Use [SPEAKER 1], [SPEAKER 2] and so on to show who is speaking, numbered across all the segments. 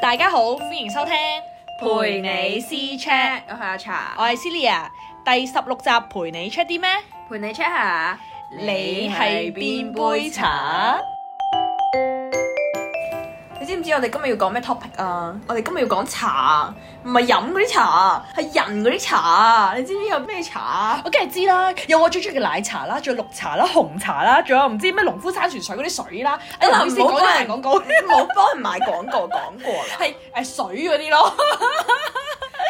[SPEAKER 1] 大家好，歡迎收聽
[SPEAKER 2] 陪你私 check，我係阿
[SPEAKER 1] 我
[SPEAKER 2] 茶，
[SPEAKER 1] 係 Celia，第十六集陪你 check 啲咩？
[SPEAKER 2] 陪你 check 下，
[SPEAKER 1] 你係邊杯茶？
[SPEAKER 2] 你知唔知我哋今日要講咩 topic 啊？我哋今日要講茶，唔係飲嗰啲茶，係人嗰啲茶。你知唔知有咩茶啊？
[SPEAKER 1] 我梗係知啦，有我最中意嘅奶茶啦，仲有綠茶啦、紅茶啦，仲有唔知咩農夫山泉水嗰啲水啦。哎
[SPEAKER 2] 得
[SPEAKER 1] 呀，
[SPEAKER 2] 啦
[SPEAKER 1] 唔好意思
[SPEAKER 2] 唔好
[SPEAKER 1] 講咗賣廣
[SPEAKER 2] 幫
[SPEAKER 1] 告，
[SPEAKER 2] 冇幫人賣廣告講過啦，
[SPEAKER 1] 係誒水嗰啲咯，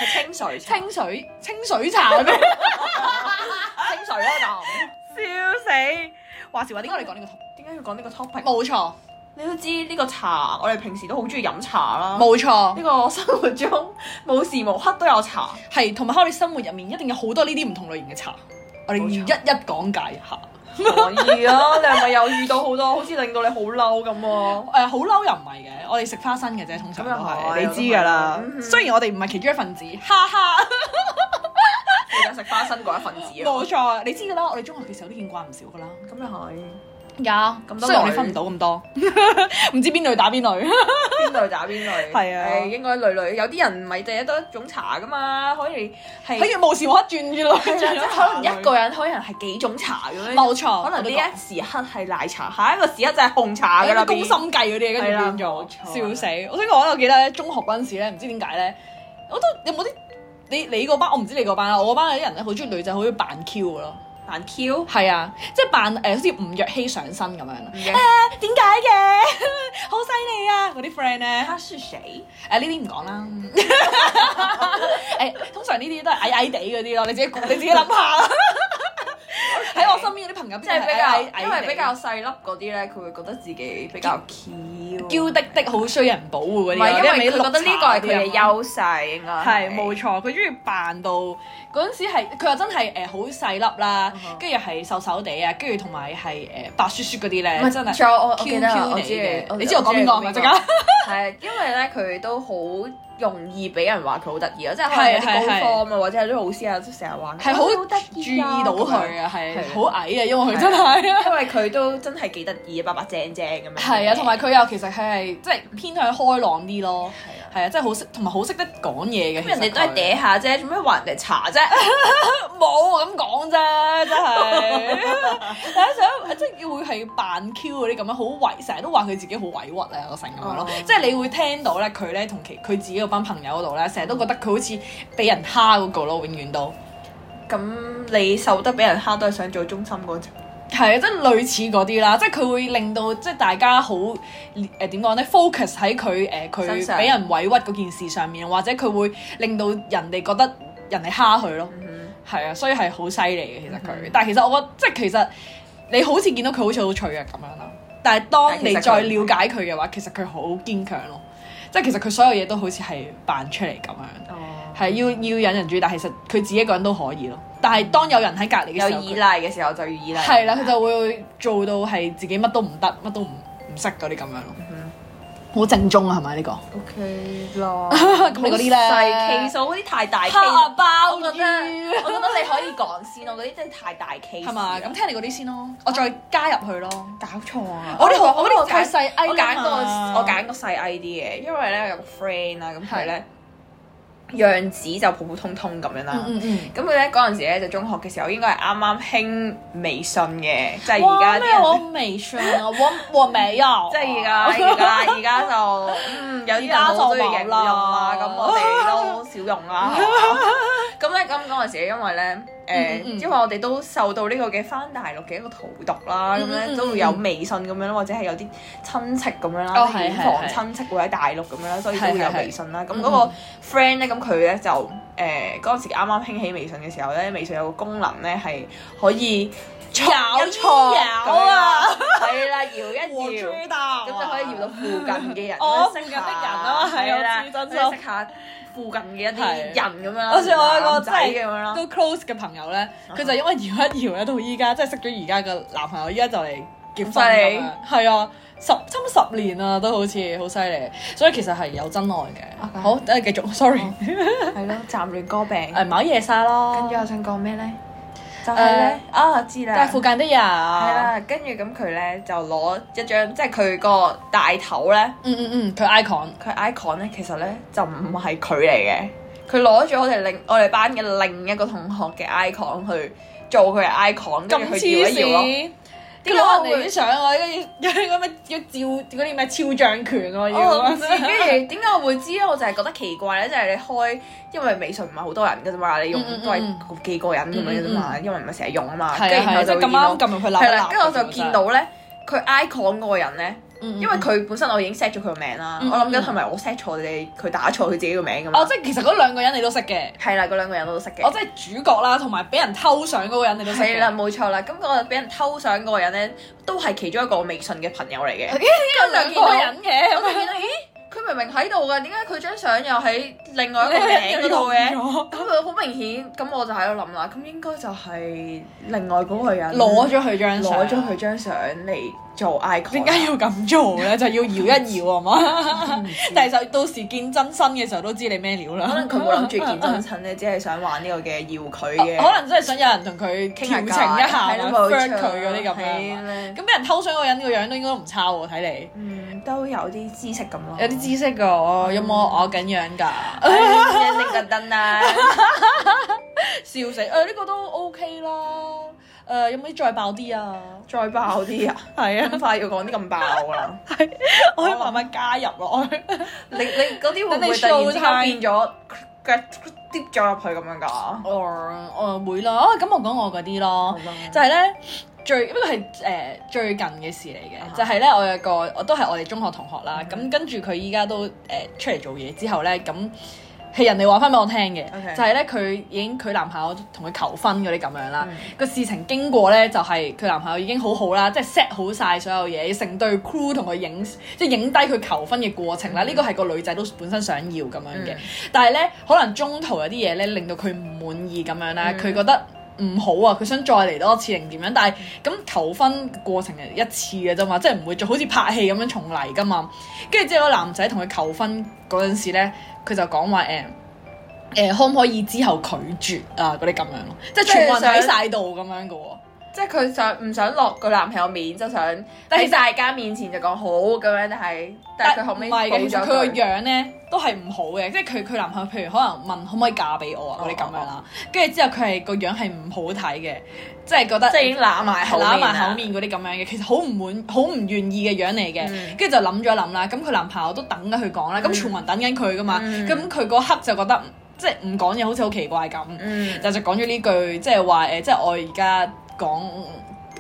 [SPEAKER 2] 係清水茶
[SPEAKER 1] 清水清水 茶咩？
[SPEAKER 2] 清水啦，
[SPEAKER 1] 笑死！話時話點解我哋講呢個 topic？
[SPEAKER 2] 就點解要講呢個 topic？
[SPEAKER 1] 冇錯，
[SPEAKER 2] 你都知呢個茶，我哋平時都好中意飲茶啦。
[SPEAKER 1] 冇錯
[SPEAKER 2] 呢，個生活中無時無刻都有茶。
[SPEAKER 1] 係同埋喺我哋生活入面一定有好多呢啲唔同類型嘅茶，我哋要
[SPEAKER 2] 冇錯
[SPEAKER 1] 一一講解一下。
[SPEAKER 2] 可以啊，你係咪又遇到好多好似令到你好嬲咁喎？
[SPEAKER 1] 誒好嬲又唔係嘅，我哋食花生嘅啫，通常都
[SPEAKER 2] 咁
[SPEAKER 1] 係
[SPEAKER 2] 又係
[SPEAKER 1] 你知㗎啦
[SPEAKER 2] 嗯。哼
[SPEAKER 1] 雖然我哋唔係其中一份子，哈哈，
[SPEAKER 2] 你就食花生嗰一份子啊
[SPEAKER 1] 冇錯，你知㗎啦。我哋中學嘅時候都見慣唔少㗎啦。
[SPEAKER 2] 咁又係
[SPEAKER 1] 有咁
[SPEAKER 2] 多
[SPEAKER 1] 雖然我哋
[SPEAKER 2] 女
[SPEAKER 1] 分唔到咁多， 唔知邊類打邊類。
[SPEAKER 2] 邊類打邊類？
[SPEAKER 1] 係啊
[SPEAKER 2] 誒應該類類。有啲人唔係淨係得一種茶噶嘛，可以 係
[SPEAKER 1] 可以無時無刻轉住落 去，
[SPEAKER 2] 即係可能一個人可能係幾種茶咁樣。
[SPEAKER 1] 冇錯，
[SPEAKER 2] 可能
[SPEAKER 1] 我
[SPEAKER 2] 呢
[SPEAKER 1] 都
[SPEAKER 2] 一時刻係奶茶，下一個時刻就係啊紅茶
[SPEAKER 1] 係
[SPEAKER 2] 㗎啦。
[SPEAKER 1] 啦，攻心計嗰啲嘢，
[SPEAKER 2] 係啦
[SPEAKER 1] 跟住變
[SPEAKER 2] 冇
[SPEAKER 1] 咗，
[SPEAKER 2] 錯
[SPEAKER 1] 笑死！我想講，我記得咧，中學嗰陣時咧，唔知點解咧，我都有冇啲你你嗰班，我唔知你嗰班啦，我嗰班有啲人咧，好中意女仔，好中意扮 Q 㗎咯，
[SPEAKER 2] 扮 Q。
[SPEAKER 1] 係啊，即係扮誒，好似吳若希上身咁樣。
[SPEAKER 2] 嘅
[SPEAKER 1] 點解嘅？ 好犀利啊！嗰啲 friend 咧，
[SPEAKER 2] 他是誰？
[SPEAKER 1] 誒呢啲唔講啦。 誒通常呢啲都係矮矮地嗰啲咯，你自己估你自己諗下 啦。喺我身邊嗰啲朋友，
[SPEAKER 2] 即係比啊較，
[SPEAKER 1] 矮
[SPEAKER 2] 因
[SPEAKER 1] 矮地
[SPEAKER 2] 為比較細粒嗰啲咧，佢會覺得自己比較 Q。
[SPEAKER 1] 嬌滴滴，好需人保護嗰啲
[SPEAKER 2] 唔係
[SPEAKER 1] 咯。
[SPEAKER 2] 因為佢覺得呢個係
[SPEAKER 1] 啲人
[SPEAKER 2] 佢嘅優啊勢，應該
[SPEAKER 1] 係冇錯，佢中意扮到嗰陣時係佢又真係誒好細粒啦
[SPEAKER 2] 嗯哼，
[SPEAKER 1] 跟住又係瘦瘦地啊，跟住同埋係誒白雪雪嗰啲
[SPEAKER 2] 唔
[SPEAKER 1] 咧，
[SPEAKER 2] 係
[SPEAKER 1] 真係
[SPEAKER 2] 仲有我我
[SPEAKER 1] Q
[SPEAKER 2] 記
[SPEAKER 1] Q
[SPEAKER 2] 得啊我
[SPEAKER 1] 地
[SPEAKER 2] 知
[SPEAKER 1] 嘅。你知我講邊個係咪即刻？
[SPEAKER 2] 係因為咧佢都好容易俾人話佢好得意啊，即係可能有
[SPEAKER 1] 係
[SPEAKER 2] 啲
[SPEAKER 1] 係
[SPEAKER 2] 高科啊，或者有啲老師啊，都成日話佢
[SPEAKER 1] 係好
[SPEAKER 2] 哎好得
[SPEAKER 1] 注
[SPEAKER 2] 意
[SPEAKER 1] 意
[SPEAKER 2] 啊
[SPEAKER 1] 到佢，啊，係好矮啊，因為佢真
[SPEAKER 2] 咁樣
[SPEAKER 1] 係。
[SPEAKER 2] 因為佢都真係幾得意啊，白白正正咁樣。
[SPEAKER 1] 係啊，同埋佢又其實佢係即係偏向開朗啲咯，
[SPEAKER 2] 係啊
[SPEAKER 1] 係啊，即係好識，同埋好識得講嘢嘅。
[SPEAKER 2] 咁人哋都
[SPEAKER 1] 係
[SPEAKER 2] 係嗲下啫，做咩話人哋茶啫？
[SPEAKER 1] 冇啊咁講啫，真係。大家想即係會係扮 Q 嗰啲咁樣，好委，成日都話佢自己好委屈啊，我成咁樣咯
[SPEAKER 2] 哦。
[SPEAKER 1] 即係你會聽到咧，佢咧同其佢自己嗰班朋友嗰度咧，成日都覺得佢好似俾人蝦嗰個咯，永遠都
[SPEAKER 2] 咁你受得俾人蝦都係想做中心嗰隻，
[SPEAKER 1] 係啊，即係類似嗰啲啦，即係佢會令到即係大家好誒點講咧，focus 喺佢誒
[SPEAKER 2] 身
[SPEAKER 1] 佢
[SPEAKER 2] 上
[SPEAKER 1] 俾人委屈嗰件事上面，或者佢會令到人哋覺得人哋蝦佢咯。係啊，所以係好犀利嘅其實佢，
[SPEAKER 2] 嗯
[SPEAKER 1] 但係其實我覺得即係其實你好似見到佢好似好脆弱咁樣啦，但係當你
[SPEAKER 2] 但係其實
[SPEAKER 1] 再
[SPEAKER 2] 佢
[SPEAKER 1] 了解佢嘅話，其實佢好堅強咯，即係其實佢所有嘢都好似係扮出嚟咁樣，
[SPEAKER 2] 哦，
[SPEAKER 1] 係要要引人注意，但係其實佢自己一個人都可以咯。但係當有人喺隔離嘅
[SPEAKER 2] 有
[SPEAKER 1] 時候
[SPEAKER 2] 依
[SPEAKER 1] 佢，
[SPEAKER 2] 賴嘅時候就要依賴。
[SPEAKER 1] 係啦，佢就會做到係自己乜都唔得，乜都唔唔識嗰啲咁樣咯，好正宗啊，係咪呢個？
[SPEAKER 2] O K 啦，
[SPEAKER 1] 咁你嗰啲咧
[SPEAKER 2] 細 case 嗰啲太大 case
[SPEAKER 1] 蝦爆
[SPEAKER 2] 我覺得 我覺得你可以講先，我嗰啲真係太大 case
[SPEAKER 1] 係嘛？咁聽你嗰啲先咯，
[SPEAKER 2] 哦
[SPEAKER 1] 我再加入去咯。
[SPEAKER 2] 搞錯啊
[SPEAKER 1] 我啲我
[SPEAKER 2] 我
[SPEAKER 1] 啲
[SPEAKER 2] 我
[SPEAKER 1] 太細
[SPEAKER 2] 我
[SPEAKER 1] 埃
[SPEAKER 2] 揀個我
[SPEAKER 1] 揀
[SPEAKER 2] 揀個細 I 啲嘅，因為咧有個 friend 啦，咁佢咧樣子就普普通通咁樣啦。
[SPEAKER 1] 嗯嗯
[SPEAKER 2] 咁佢咧嗰陣時咧就中學嘅時候，應該係啱啱興微信嘅，即
[SPEAKER 1] 嗯。
[SPEAKER 2] 係而
[SPEAKER 1] 哇
[SPEAKER 2] 家
[SPEAKER 1] 咩？
[SPEAKER 2] 啲人，
[SPEAKER 1] 我微信啊，我我沒有啊，
[SPEAKER 2] 即係 而家而家而家就嗯有啲人好中意嘅用啦，咁我 哋都少用啦。咁咧咁嗰陣時，因為咧。誒
[SPEAKER 1] 嗯，嗯
[SPEAKER 2] 因為我哋都受到呢個嘅翻大陸嘅一個荼毒啦，咁
[SPEAKER 1] 嗯嗯
[SPEAKER 2] 咧
[SPEAKER 1] 嗯
[SPEAKER 2] 都會有微信咁樣，或者係有啲親戚咁樣啦，
[SPEAKER 1] 哦係
[SPEAKER 2] 遠
[SPEAKER 1] 係
[SPEAKER 2] 房
[SPEAKER 1] 係
[SPEAKER 2] 親戚會喺大陸咁樣啦，所以都會有微信啦。
[SPEAKER 1] 係
[SPEAKER 2] 咁
[SPEAKER 1] 係嗯
[SPEAKER 2] 嗰個 friend 咧，咁佢咧就誒嗰陣時啱啱興起微信嘅時候咧，微信有個功能咧係可以
[SPEAKER 1] 搖
[SPEAKER 2] 搞
[SPEAKER 1] 一搖啊，
[SPEAKER 2] 係啦，搖
[SPEAKER 1] 我
[SPEAKER 2] 一搖。
[SPEAKER 1] 知啊道，
[SPEAKER 2] 咁就可以搖到附近嘅人，
[SPEAKER 1] 我
[SPEAKER 2] 識
[SPEAKER 1] 哦附近的
[SPEAKER 2] 下
[SPEAKER 1] 人啊係我
[SPEAKER 2] 啦，
[SPEAKER 1] 知真心
[SPEAKER 2] 即係識下附近嘅一啲
[SPEAKER 1] 係
[SPEAKER 2] 人咁樣啦，
[SPEAKER 1] 好似我有個
[SPEAKER 2] 啊男
[SPEAKER 1] 真
[SPEAKER 2] 仔
[SPEAKER 1] 係
[SPEAKER 2] 咁樣啦，
[SPEAKER 1] 都 close 嘅朋友咧，佢就因為搖一搖咧，到依家即係識咗而家嘅男朋友，依家就嚟結婚
[SPEAKER 2] 咁犀
[SPEAKER 1] 咁
[SPEAKER 2] 利
[SPEAKER 1] 樣。係啊，十差唔多十年啊，都好似好犀利。所以其實係有真愛嘅。
[SPEAKER 2] Okay
[SPEAKER 1] 好，等繼續。Sorry，
[SPEAKER 2] 係咯，暫亂歌病。
[SPEAKER 1] 誒買夜晒咯。
[SPEAKER 2] 跟住我想講咩咧？就係咧啊知啦，
[SPEAKER 1] 但係附近啲人，係
[SPEAKER 2] 係，啦，跟住咁佢咧就攞一張，即係佢個大頭咧，
[SPEAKER 1] 嗯嗯嗯，佢 icon
[SPEAKER 2] 佢 icon 咧其實咧就唔係佢嚟嘅，佢攞咗我哋另我哋班嘅另一個同學嘅 icon 去做佢嘅 icon，跟
[SPEAKER 1] 咁
[SPEAKER 2] 住
[SPEAKER 1] 黐
[SPEAKER 2] 佢搖一搖咯。
[SPEAKER 1] 線。佢
[SPEAKER 2] 點解我
[SPEAKER 1] 攞
[SPEAKER 2] 會
[SPEAKER 1] 人哋啲相啊，跟住有啲咁咩要照嗰啲咩肖像權喎，
[SPEAKER 2] 哦我
[SPEAKER 1] 要啊
[SPEAKER 2] 唔 知，跟住點解我會知咧？我就係覺得奇怪咧，即係你開，因為微信唔係好多人嘅啫嘛，你用
[SPEAKER 1] 嗯嗯嗯嗯
[SPEAKER 2] 都係幾個人咁樣嘅啫嘛，因為唔係成日用啊嘛，跟
[SPEAKER 1] 係啊
[SPEAKER 2] 住
[SPEAKER 1] 係
[SPEAKER 2] 然後
[SPEAKER 1] 啊，即
[SPEAKER 2] 就
[SPEAKER 1] 係咁啱撳入去
[SPEAKER 2] 見到係
[SPEAKER 1] 鬧一
[SPEAKER 2] 啦
[SPEAKER 1] 鬧，
[SPEAKER 2] 跟住我就
[SPEAKER 1] 佢
[SPEAKER 2] 見到咧，佢 icon 嗰個人咧，
[SPEAKER 1] 嗯，嗯
[SPEAKER 2] 因為佢本身我已經 set 咗佢個名啦，
[SPEAKER 1] 嗯嗯
[SPEAKER 2] 我諗緊係咪我 set 錯你，佢打錯佢自己個名咁
[SPEAKER 1] 哦，
[SPEAKER 2] 嘛？
[SPEAKER 1] 即係其實嗰兩個人你都識嘅，
[SPEAKER 2] 係啦，嗰兩個人我都識
[SPEAKER 1] 我
[SPEAKER 2] 嘅。
[SPEAKER 1] 即係主角啦，同埋俾人偷相嗰個人你都識
[SPEAKER 2] 係
[SPEAKER 1] 嘅。
[SPEAKER 2] 啦，冇錯啦。咁我俾人偷相嗰個人咧，都係其中一個我微信嘅朋友嚟嘅。
[SPEAKER 1] 有兩個人
[SPEAKER 2] 我就
[SPEAKER 1] 嘅，
[SPEAKER 2] 見到，咦，佢明明喺度㗎，點解佢張相又喺另外一個名 嗰度嘅？
[SPEAKER 1] 嘅，
[SPEAKER 2] 咁佢好明顯，咁我就喺度諗啦，咁應該就係另外嗰個人
[SPEAKER 1] 攞咗佢張相
[SPEAKER 2] 攞咗佢。張相嚟做 icon。啊
[SPEAKER 1] 點解要咁做咧？就要搖一搖係嘛？
[SPEAKER 2] 要？
[SPEAKER 1] 但係就到時見真身嘅時候都知你咩料啦。
[SPEAKER 2] 可能佢冇諗住見真親咧，只係想玩呢個嘅要佢
[SPEAKER 1] 啊
[SPEAKER 2] 嘅，
[SPEAKER 1] 可能真係想有人同佢調情一下，
[SPEAKER 2] 係啦
[SPEAKER 1] 或
[SPEAKER 2] 冇
[SPEAKER 1] 者
[SPEAKER 2] 錯
[SPEAKER 1] friend 佢嗰啲咁樣。啊
[SPEAKER 2] 係啊啦
[SPEAKER 1] 咁俾人偷相嗰個人個樣都應該唔差喎，睇嚟。
[SPEAKER 2] 嗯，都有啲知識咁咯，
[SPEAKER 1] 有 啲知識㗎，我有冇我緊樣㗎？
[SPEAKER 2] 唉拎個燈啊，
[SPEAKER 1] 笑死！誒、呢、個都 OK 啦。誒、有冇啲再爆啲啊？
[SPEAKER 2] 再爆啲啊！
[SPEAKER 1] 係
[SPEAKER 2] 咁，快要講啲咁爆啦，
[SPEAKER 1] 我可以慢慢加入落去。
[SPEAKER 2] 你你嗰啲會唔
[SPEAKER 1] 等你
[SPEAKER 2] 會突然之
[SPEAKER 1] show
[SPEAKER 2] 間變咗腳跌咗入去咁樣㗎？
[SPEAKER 1] 我我會啦，啊咁我講我嗰啲咯，
[SPEAKER 2] 嗯
[SPEAKER 1] 就係咧最不過係誒最近嘅事嚟嘅
[SPEAKER 2] 啊哈嗯
[SPEAKER 1] 就係咧我有個我都係我哋中學同學啦，咁、跟住佢依家都誒、出嚟做嘢之後咧，咁係人哋話翻俾我聽嘅
[SPEAKER 2] OK
[SPEAKER 1] 就係咧佢已經佢男朋友同佢求婚嗰啲咁樣啦。
[SPEAKER 2] 嗯
[SPEAKER 1] 個事情經過咧，就係佢男朋友已經好好啦，即係 set 好晒所有嘢，成隊 crew 同佢影，即係影低佢求婚嘅過程啦。呢個係個女仔都本身想要咁樣嘅，
[SPEAKER 2] 嗯
[SPEAKER 1] 但係咧可能中途有啲嘢咧令到佢唔滿意咁樣啦，
[SPEAKER 2] 嗯
[SPEAKER 1] 佢、覺得。唔好啊！佢想再嚟多次定點樣？但係咁求婚過程係一次嘅啫嘛，即係唔會做好似拍戲咁樣重嚟噶嘛。跟住之後個男仔同佢求婚嗰陣時咧，佢就講話誒誒可唔可以之後拒絕啊嗰啲咁樣咯，即係全部人喺晒度咁樣嘅喎。
[SPEAKER 2] 即係佢想唔想落個男朋友面，就想喺大家面前就講好咁樣，但係但係佢後尾
[SPEAKER 1] 唔係嘅，
[SPEAKER 2] 補
[SPEAKER 1] 其實
[SPEAKER 2] 咗
[SPEAKER 1] 佢個樣咧都係唔好嘅，即係佢佢男朋友譬如可能問可唔可以嫁俾
[SPEAKER 2] 哦
[SPEAKER 1] 我啊嗰啲咁樣啦，跟住之後佢係個樣係唔好睇嘅，即係覺得
[SPEAKER 2] 即係已經揦埋口面啦啊
[SPEAKER 1] 揦埋口面嗰啲咁樣嘅，其實好唔滿好唔願意嘅樣嚟嘅
[SPEAKER 2] 嗯，
[SPEAKER 1] 跟住就諗咗諗啦，咁佢男朋友都等緊佢講啦，咁
[SPEAKER 2] 嗯
[SPEAKER 1] 全民等緊佢噶嘛，
[SPEAKER 2] 嗯
[SPEAKER 1] 咁佢嗰刻就覺得即係唔講嘢好似好奇怪咁。
[SPEAKER 2] 嗯
[SPEAKER 1] 就就講咗呢句，即係話誒，即係我而家講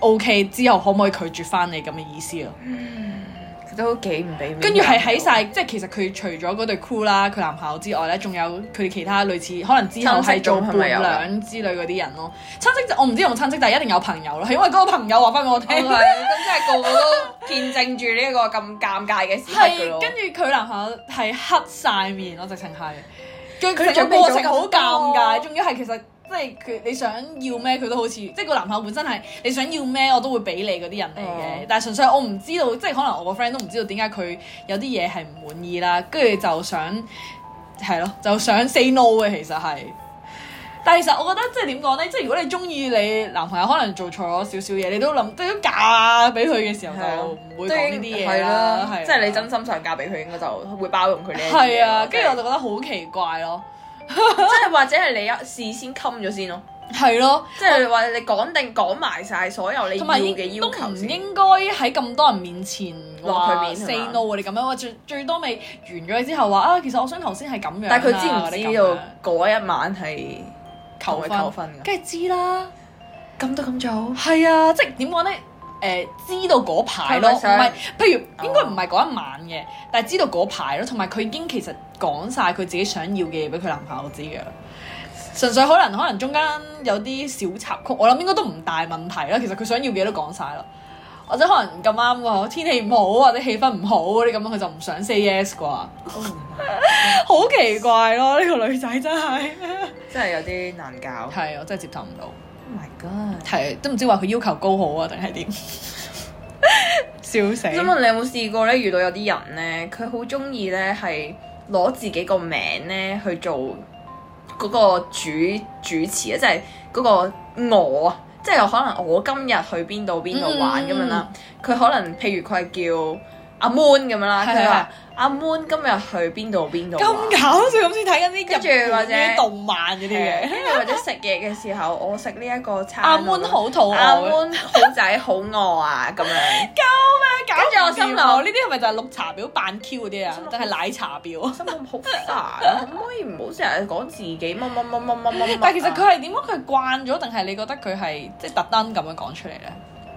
[SPEAKER 1] O K 之後，可唔可以拒絕翻你咁嘅意思咯？啊
[SPEAKER 2] 佢都幾唔俾面，
[SPEAKER 1] 跟住係喺晒，即係其實佢除咗嗰對 crew 啦，佢男朋友之外咧，仲有佢哋其他類似可能之後係做伴娘之類嗰啲人咯。親戚就我唔知有冇親戚，但係一定有朋友咯，係因為嗰個朋友話翻俾我聽。
[SPEAKER 2] 係咁，即係個個都見證住呢一個咁尷尬嘅時刻㗎
[SPEAKER 1] 係
[SPEAKER 2] 咯
[SPEAKER 1] 跟。住佢男朋友係黑晒面咯，直情係。佢
[SPEAKER 2] 佢
[SPEAKER 1] 成
[SPEAKER 2] 準
[SPEAKER 1] 個
[SPEAKER 2] 備
[SPEAKER 1] 過
[SPEAKER 2] 咗
[SPEAKER 1] 程好
[SPEAKER 2] 咁多
[SPEAKER 1] 尷尬，仲要係其實即係佢你想要咩佢都好似，即係個男朋友本身係你想要咩我都會俾你嗰啲人嚟嘅，
[SPEAKER 2] 哦
[SPEAKER 1] 但係純粹我唔知道，即係可能我個 friend 都唔知道點解佢有啲嘢係唔滿意啦，跟住就想係咯，就想 say no 嘅其實係。但係其實我覺得即係點講呢？即係如果你中意你男朋友，可能做錯咗少少嘢，你都諗都嫁俾佢嘅時候
[SPEAKER 2] 係啊
[SPEAKER 1] 就唔會講呢啲嘢
[SPEAKER 2] 係
[SPEAKER 1] 啦，係啊
[SPEAKER 2] 即係你真心想嫁俾佢，應該就會包容佢呢一啲嘢
[SPEAKER 1] 係啊，跟住我
[SPEAKER 2] 即
[SPEAKER 1] 就覺得好奇怪咯，
[SPEAKER 2] 係或者係你一事先冚咗先咯，
[SPEAKER 1] 係咯，
[SPEAKER 2] 即係話你講定講埋晒所有你要
[SPEAKER 1] 同埋應
[SPEAKER 2] 嘅要
[SPEAKER 1] 都唔
[SPEAKER 2] 求先。
[SPEAKER 1] 應該喺咁多人面前
[SPEAKER 2] 落佢
[SPEAKER 1] 話
[SPEAKER 2] 面係嘛
[SPEAKER 1] say no 啊！你咁樣，我最最多咪完咗之後話啊，其實我想頭先係咁樣啊，
[SPEAKER 2] 但係佢知唔
[SPEAKER 1] 我哋咁
[SPEAKER 2] 知
[SPEAKER 1] 樣
[SPEAKER 2] 道嗰一晚係
[SPEAKER 1] 求
[SPEAKER 2] 同佢求
[SPEAKER 1] 婚？
[SPEAKER 2] 婚㗎？
[SPEAKER 1] 梗係知啦，
[SPEAKER 2] 咁都咁早？
[SPEAKER 1] 係啊，即係點講咧？誒、知道嗰排咯，唔
[SPEAKER 2] 佢咪想
[SPEAKER 1] 係，哦譬如應該唔係嗰一晚嘅，但係知道嗰排咯，同埋佢已經其實講晒佢自己想要嘅嘢俾佢男朋友知嘅，純粹可能可能中間有啲小插曲，我諗應該都唔大問題啦。其實佢想要嘅嘢都講晒啦，或者可能咁啱喎，天氣唔好啊或者氣氛唔好嗰啲咁樣，佢就唔想 say yes 啩，好奇怪咯！呢、個女仔真係，
[SPEAKER 2] 真係有啲難搞。
[SPEAKER 1] 係我真係接受唔到。
[SPEAKER 2] Oh my god！
[SPEAKER 1] 係都唔知話佢要求高好啊，定係點？ 笑死！
[SPEAKER 2] 想啊問你有冇試過咧？遇到有啲人咧，佢好中意咧係攞自己個名咧去做嗰個主主持啊，即係嗰個我啊，即係可能我今日去邊度邊度玩咁樣
[SPEAKER 1] 嗯
[SPEAKER 2] 啦。佢可能譬如佢係叫阿 Moon 咁樣啦，
[SPEAKER 1] 係係
[SPEAKER 2] 佢話阿 Moon 今日去邊度邊度
[SPEAKER 1] 咁
[SPEAKER 2] 玩
[SPEAKER 1] 搞笑，咁先睇緊啲
[SPEAKER 2] 跟住
[SPEAKER 1] 日
[SPEAKER 2] 或
[SPEAKER 1] 本
[SPEAKER 2] 者
[SPEAKER 1] 啲動漫嗰啲
[SPEAKER 2] 啊跟
[SPEAKER 1] 嘢。
[SPEAKER 2] 住或者食嘢嘅時候，我食呢一個餐。
[SPEAKER 1] 阿 Moon 好肚餓，
[SPEAKER 2] 啊
[SPEAKER 1] 啊
[SPEAKER 2] 阿 Moon 好仔好餓啊咁樣。
[SPEAKER 1] 搞
[SPEAKER 2] 跟住我心諗
[SPEAKER 1] 唔掂喎呢啲係咪就係綠茶婊扮 Q 嗰啲啊
[SPEAKER 2] 心？諗
[SPEAKER 1] 定係奶茶婊？啊
[SPEAKER 2] 心諗好煩，可唔可以唔好成日講自己乜乜乜乜乜乜乜啊？
[SPEAKER 1] 但係其實佢係點啊？佢係慣咗定係你覺得佢係即係特登咁樣講出嚟咧？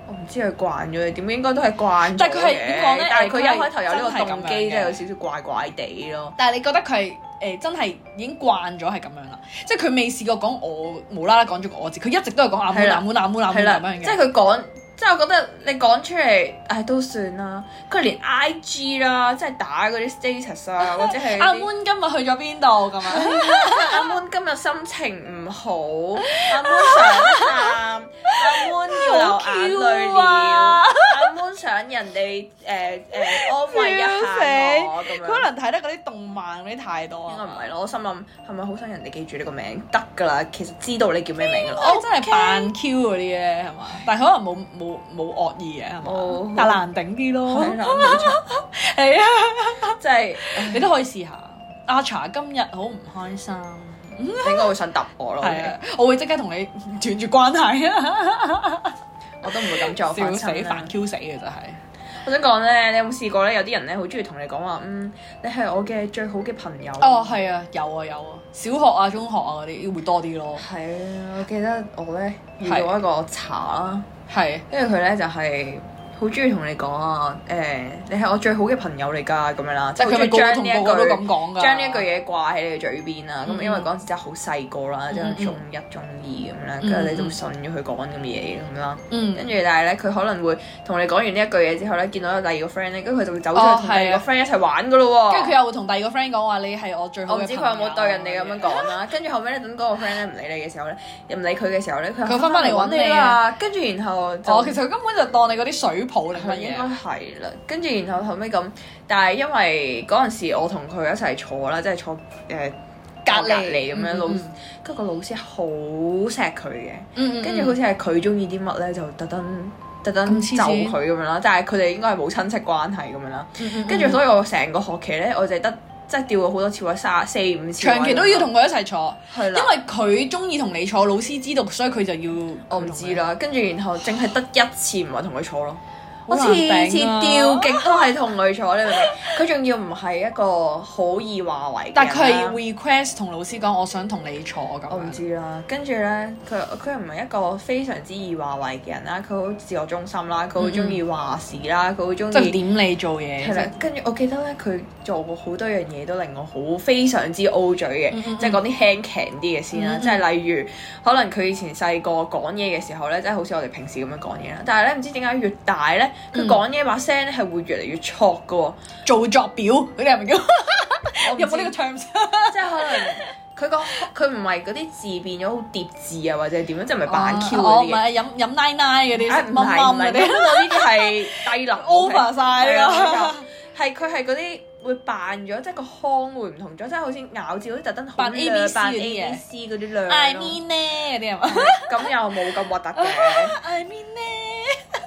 [SPEAKER 2] 我唔知佢慣咗定點，應該都係慣咗嘅。
[SPEAKER 1] 但係佢係點講咧
[SPEAKER 2] 但係
[SPEAKER 1] 誒
[SPEAKER 2] 佢
[SPEAKER 1] 佢係
[SPEAKER 2] 一開頭有呢個
[SPEAKER 1] 真
[SPEAKER 2] 動機，
[SPEAKER 1] 係咁樣嘅
[SPEAKER 2] 真係有少少怪怪地咯。
[SPEAKER 1] 但係你覺得佢係誒真係已經慣咗係咁樣啦，即係佢未試過講我無啦啦講咗個我字，佢一直都係講阿妹
[SPEAKER 2] 係啦
[SPEAKER 1] 阿妹阿妹阿妹
[SPEAKER 2] 係
[SPEAKER 1] 咁
[SPEAKER 2] 啦
[SPEAKER 1] 樣，嘅。
[SPEAKER 2] 即係佢講，即係我覺得你講出嚟，唉都算啦。佢連 I G 啦，即係打嗰啲 status 啊，或者 係
[SPEAKER 1] 阿
[SPEAKER 2] 啲
[SPEAKER 1] Moon 今日去咗邊度咁啊？
[SPEAKER 2] 阿 Moon 今日心情唔好，阿 Moon 想喊，阿 Moon 要流眼淚了，
[SPEAKER 1] 好 Q 啊
[SPEAKER 2] 阿 Moon 想人哋誒誒安慰一下我咁
[SPEAKER 1] 佢
[SPEAKER 2] 樣。
[SPEAKER 1] 可能睇得嗰啲動漫嗰啲太多
[SPEAKER 2] 應該唔
[SPEAKER 1] 啊，
[SPEAKER 2] 係咯，我心諗係咪好想人哋記住你個名得㗎啦？其實知道你叫咩名㗎啦。
[SPEAKER 1] 我真係扮 Q 嗰啲咧係嘛？但係可能冇冇冇惡意嘅係嘛
[SPEAKER 2] 冇？
[SPEAKER 1] 但難頂啲咯，
[SPEAKER 2] 哦係啦冇錯
[SPEAKER 1] 係啊，
[SPEAKER 2] 即係
[SPEAKER 1] 你都可以試下。阿茶今日好唔開心，
[SPEAKER 2] 你應該會想揼我咯。
[SPEAKER 1] 係啊，我會即刻同你 斷絕關係啊！
[SPEAKER 2] 我啊都唔會咁做，
[SPEAKER 1] 笑
[SPEAKER 2] 反
[SPEAKER 1] 死，
[SPEAKER 2] 身啦
[SPEAKER 1] 煩 Q 死啊嘅真係。
[SPEAKER 2] 我想講咧，你有冇試過咧？有啲人咧好中意同你講話，嗯，你係我嘅最好嘅朋友。
[SPEAKER 1] 哦，係啊，有啊有啊，小學啊、中學啊嗰啲會多啲咯。
[SPEAKER 2] 係啊，我記得我咧遇到一個茶啦，
[SPEAKER 1] 係，
[SPEAKER 2] 跟住佢咧就係好中意同你講啊，誒、你係我最好嘅朋友嚟㗎咁樣啦，即
[SPEAKER 1] 但佢
[SPEAKER 2] 係
[SPEAKER 1] 咪
[SPEAKER 2] 佢
[SPEAKER 1] 個個
[SPEAKER 2] 將
[SPEAKER 1] 同
[SPEAKER 2] 呢
[SPEAKER 1] 個
[SPEAKER 2] 一
[SPEAKER 1] 個都咁
[SPEAKER 2] 句
[SPEAKER 1] 講㗎。
[SPEAKER 2] 將呢一句嘢掛喺你嘅嘴邊啦。咁、
[SPEAKER 1] 嗯
[SPEAKER 2] 因為嗰陣時真係好細個啦，即
[SPEAKER 1] 嗯
[SPEAKER 2] 係中一、中二咁啦，
[SPEAKER 1] 嗯
[SPEAKER 2] 跟住你就信咗佢講咁嘅嘢咁啦。
[SPEAKER 1] 嗯，
[SPEAKER 2] 跟住但係咧，佢可能會同你講完呢一句嘢之後咧，見到有第二個 friend 咧，跟住佢就會走咗去同第二個 friend 一齊玩㗎咯喎。
[SPEAKER 1] 哦啊跟住佢又會同第二個 friend 講話，你係我最好
[SPEAKER 2] 哦我唔
[SPEAKER 1] 嘅
[SPEAKER 2] 知
[SPEAKER 1] 朋
[SPEAKER 2] 佢
[SPEAKER 1] 友。啊
[SPEAKER 2] 有冇對人哋咁樣講 啦，跟住後尾咧，等嗰個 friend 咧唔理你嘅時候咧，又唔理佢嘅時候咧，佢
[SPEAKER 1] 佢返返嚟揾你啊
[SPEAKER 2] 啦，跟住然後就
[SPEAKER 1] 哦，其實佢根本就當你嗰啲水泡定
[SPEAKER 2] 係
[SPEAKER 1] 乜
[SPEAKER 2] 應該
[SPEAKER 1] 嘢？啊
[SPEAKER 2] 係啦，跟住然後後尾咁，但係因為嗰陣時我同佢一齊坐啦，即係坐誒
[SPEAKER 1] 隔離
[SPEAKER 2] 離咁樣老
[SPEAKER 1] 嗯嗯，
[SPEAKER 2] 跟住個老師好錫佢嘅，
[SPEAKER 1] 嗯
[SPEAKER 2] 跟住好似係佢中意啲乜咧，就特登特登
[SPEAKER 1] 咁黐
[SPEAKER 2] 就
[SPEAKER 1] 線
[SPEAKER 2] 佢咁樣啦，但係佢哋應該係冇親戚關係咁樣啦，
[SPEAKER 1] 似
[SPEAKER 2] 跟住所以我成個學期咧，我就係得即係調過好多次位，三四五次位咁樣，
[SPEAKER 1] 長期都要同佢一齊坐，
[SPEAKER 2] 係
[SPEAKER 1] 因
[SPEAKER 2] 啦。
[SPEAKER 1] 為佢中意同你坐，老師知道，所以佢就要
[SPEAKER 2] 我唔知。啦，跟住然後淨係得一次唔係同佢坐咯，
[SPEAKER 1] 好
[SPEAKER 2] 我
[SPEAKER 1] 難
[SPEAKER 2] 次次
[SPEAKER 1] 頂啊
[SPEAKER 2] 吊極都係同佢坐，你明唔 明？佢仲要唔係一個好易話為嘅人啦，啊
[SPEAKER 1] 但佢係啊 request 同老師講，我想同你坐咁樣。
[SPEAKER 2] 我唔知啦。跟住咧，佢佢唔係一個非常之易話為嘅人啦，佢好自我中心啦，佢好中意話事啦，佢好中
[SPEAKER 1] 嗯即係
[SPEAKER 2] 意。
[SPEAKER 1] 點你做嘢。
[SPEAKER 2] 係啦，跟住我記得咧，佢做過好多樣嘢都令我好非常之 O 嘴
[SPEAKER 1] 嗯嗯
[SPEAKER 2] 嘅，即係講啲輕強啲嘅先啦。
[SPEAKER 1] 嗯嗯
[SPEAKER 2] 即係例如，可能佢以前細個講嘢嘅時候咧，即係好似我哋平時咁樣講嘢啦。但係咧，唔知點解越大咧，佢
[SPEAKER 1] 嗯
[SPEAKER 2] 講嘢把聲咧係會越嚟越挫嘅喎。
[SPEAKER 1] 做作表嗰啲係咪叫？
[SPEAKER 2] 我唔
[SPEAKER 1] 有冇呢個
[SPEAKER 2] 知
[SPEAKER 1] terms？
[SPEAKER 2] 即係可能佢個佢唔係嗰啲字變咗好疊字啊，或者點樣，即係唔係扮 Q
[SPEAKER 1] 哦
[SPEAKER 2] 嗰
[SPEAKER 1] 唔
[SPEAKER 2] 啲嘅。
[SPEAKER 1] 係飲飲奶奶嗰啲，
[SPEAKER 2] 啊
[SPEAKER 1] 食
[SPEAKER 2] 唔
[SPEAKER 1] 蚊
[SPEAKER 2] 係唔
[SPEAKER 1] 蚊嗰
[SPEAKER 2] 係，
[SPEAKER 1] 啲
[SPEAKER 2] 呢啲係低能
[SPEAKER 1] over 晒
[SPEAKER 2] 係
[SPEAKER 1] 啦
[SPEAKER 2] 啊，。係佢係嗰啲會扮咗，即係個腔會唔同咗，即係好似咬字好似特登好啊
[SPEAKER 1] 扮 ABC
[SPEAKER 2] 扮
[SPEAKER 1] 嗰啲嘢
[SPEAKER 2] A B C 嗰啲量啊
[SPEAKER 1] I mean 咧嗰啲係嘛
[SPEAKER 2] 咁又冇咁核突 嘅。
[SPEAKER 1] ？I mean 咧。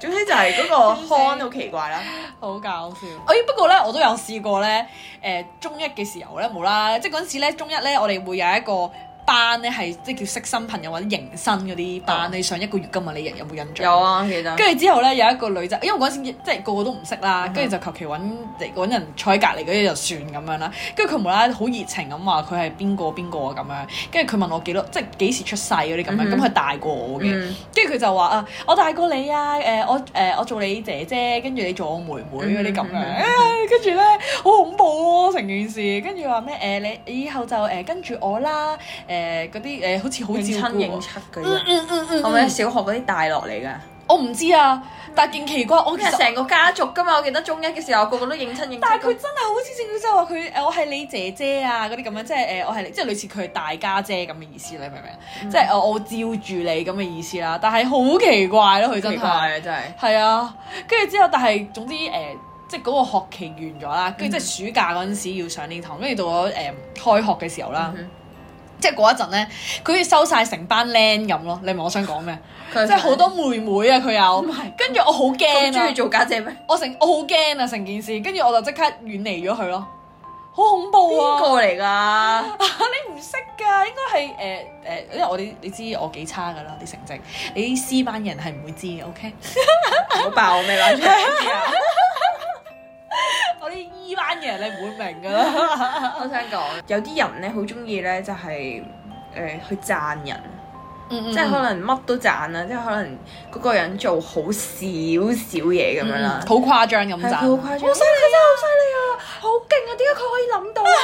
[SPEAKER 2] 總之就係嗰個腔好奇怪啦。
[SPEAKER 1] 好搞笑！哎，不過咧，我都有試過咧，誒、中一嘅時候咧，無啦啦，即係嗰陣時咧，中一咧，我哋會有一個班咧，係即係叫識新朋友或者迎新嗰啲班，
[SPEAKER 2] 哦
[SPEAKER 1] 你上一個月噶嘛？你有冇印象？
[SPEAKER 2] 有。啊，記得。
[SPEAKER 1] 跟住之後咧，有一個女仔，因為嗰陣時即係個個都唔識啦，
[SPEAKER 2] 嗯
[SPEAKER 1] 跟住就求其揾揾人坐喺隔離嗰啲就算咁樣啦。跟住佢無啦啦好熱情咁話佢係邊個邊個啊咁樣，跟住佢問我幾多，即係幾時出世嗰啲咁樣，
[SPEAKER 2] 嗯
[SPEAKER 1] 咁佢大過我嘅。
[SPEAKER 2] 嗯
[SPEAKER 1] 跟住佢就話啊，我大過你啊，誒、我誒、我做你姐姐，跟住你做我妹妹嗰啲咁樣，
[SPEAKER 2] 嗯
[SPEAKER 1] 唉跟住咧好恐怖咯、成件事，跟住話咩誒你以後就誒、跟住我啦，誒嗰啲誒好似好
[SPEAKER 2] 認
[SPEAKER 1] 照
[SPEAKER 2] 親
[SPEAKER 1] 顧
[SPEAKER 2] 認
[SPEAKER 1] 我，
[SPEAKER 2] 七嗰
[SPEAKER 1] 嗯
[SPEAKER 2] 啲，啊
[SPEAKER 1] 嗯嗯嗯
[SPEAKER 2] 係咪
[SPEAKER 1] 嗯，
[SPEAKER 2] 小學嗰啲帶落嚟㗎？
[SPEAKER 1] 我唔知啊，但係勁奇怪，我
[SPEAKER 2] 咁
[SPEAKER 1] 其
[SPEAKER 2] 係
[SPEAKER 1] 實。
[SPEAKER 2] 成個家族㗎嘛，我記得中一嘅時候個個都認親認七。
[SPEAKER 1] 但係佢真係好似正正話佢誒，我係你姐姐啊嗰啲咁樣，即係誒我係你即係類似佢係大家姐咁嘅意思，你明唔
[SPEAKER 2] 嗯
[SPEAKER 1] 明？即係我我照住你咁嘅意思啦，但係好奇怪咯，佢真
[SPEAKER 2] 奇怪
[SPEAKER 1] 係。
[SPEAKER 2] 啊，真係。
[SPEAKER 1] 係啊，跟住之後，但係總之誒、呃即係嗰個學期
[SPEAKER 2] 嗯
[SPEAKER 1] 完咗啦，跟住即係暑假嗰陣時要上呢堂，跟住到咗誒、呃、開學嘅時候啦，
[SPEAKER 2] 嗯
[SPEAKER 1] 即係嗰一陣咧，佢好似收晒成班僆咁咯。你明我想講 咩？
[SPEAKER 2] 佢
[SPEAKER 1] 即係好多妹妹啊，佢有，跟住我好
[SPEAKER 2] Oh 咁
[SPEAKER 1] 驚
[SPEAKER 2] 中
[SPEAKER 1] 啊
[SPEAKER 2] 意！做家姐咩？
[SPEAKER 1] 我成我好驚啊成件事，跟住我就即刻遠離咗佢咯，好恐怖
[SPEAKER 2] 邊
[SPEAKER 1] 啊！
[SPEAKER 2] 個嚟㗎？
[SPEAKER 1] 你 唔識㗎，應該係誒誒，因為我啲你知我幾差㗎啦啲成績，你啲 C 班人係唔會知嘅，OK？
[SPEAKER 2] 唔好爆咩 啦？出嚟啊！
[SPEAKER 1] 我啲 E 班嘅人你唔會明㗎啦，
[SPEAKER 2] 我想講，有啲人咧好中意咧就係、誒、去讚人，
[SPEAKER 1] 即
[SPEAKER 2] 即係可能乜都讚啦，即係可能嗰個人做好少少嘢咁樣啦，
[SPEAKER 1] 嗯好誇張咁
[SPEAKER 2] 嗯係佢
[SPEAKER 1] 咋，
[SPEAKER 2] 好誇張，好犀利啊！好犀利啊！好勁啊！點解佢可以諗到啊？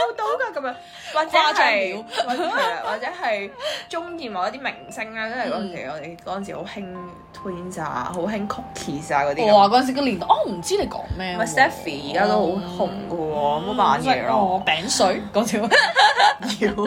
[SPEAKER 2] 做到㗎咁樣，或者
[SPEAKER 1] 誇張
[SPEAKER 2] 係
[SPEAKER 1] 了
[SPEAKER 2] 或者係或者係中意某一啲明星啦，因為嗰陣時我哋
[SPEAKER 1] 嗯
[SPEAKER 2] 嗰陣時好興 Twins 啊，好興 Cookies 啊嗰啲咁。
[SPEAKER 1] 我話嗰陣時個年代，我唔知你講咩
[SPEAKER 2] 唔
[SPEAKER 1] 喎。
[SPEAKER 2] 係 Stephy 而家都好紅嘅喎，冇啊扮嘢咯。
[SPEAKER 1] 我哦餅水講笑，我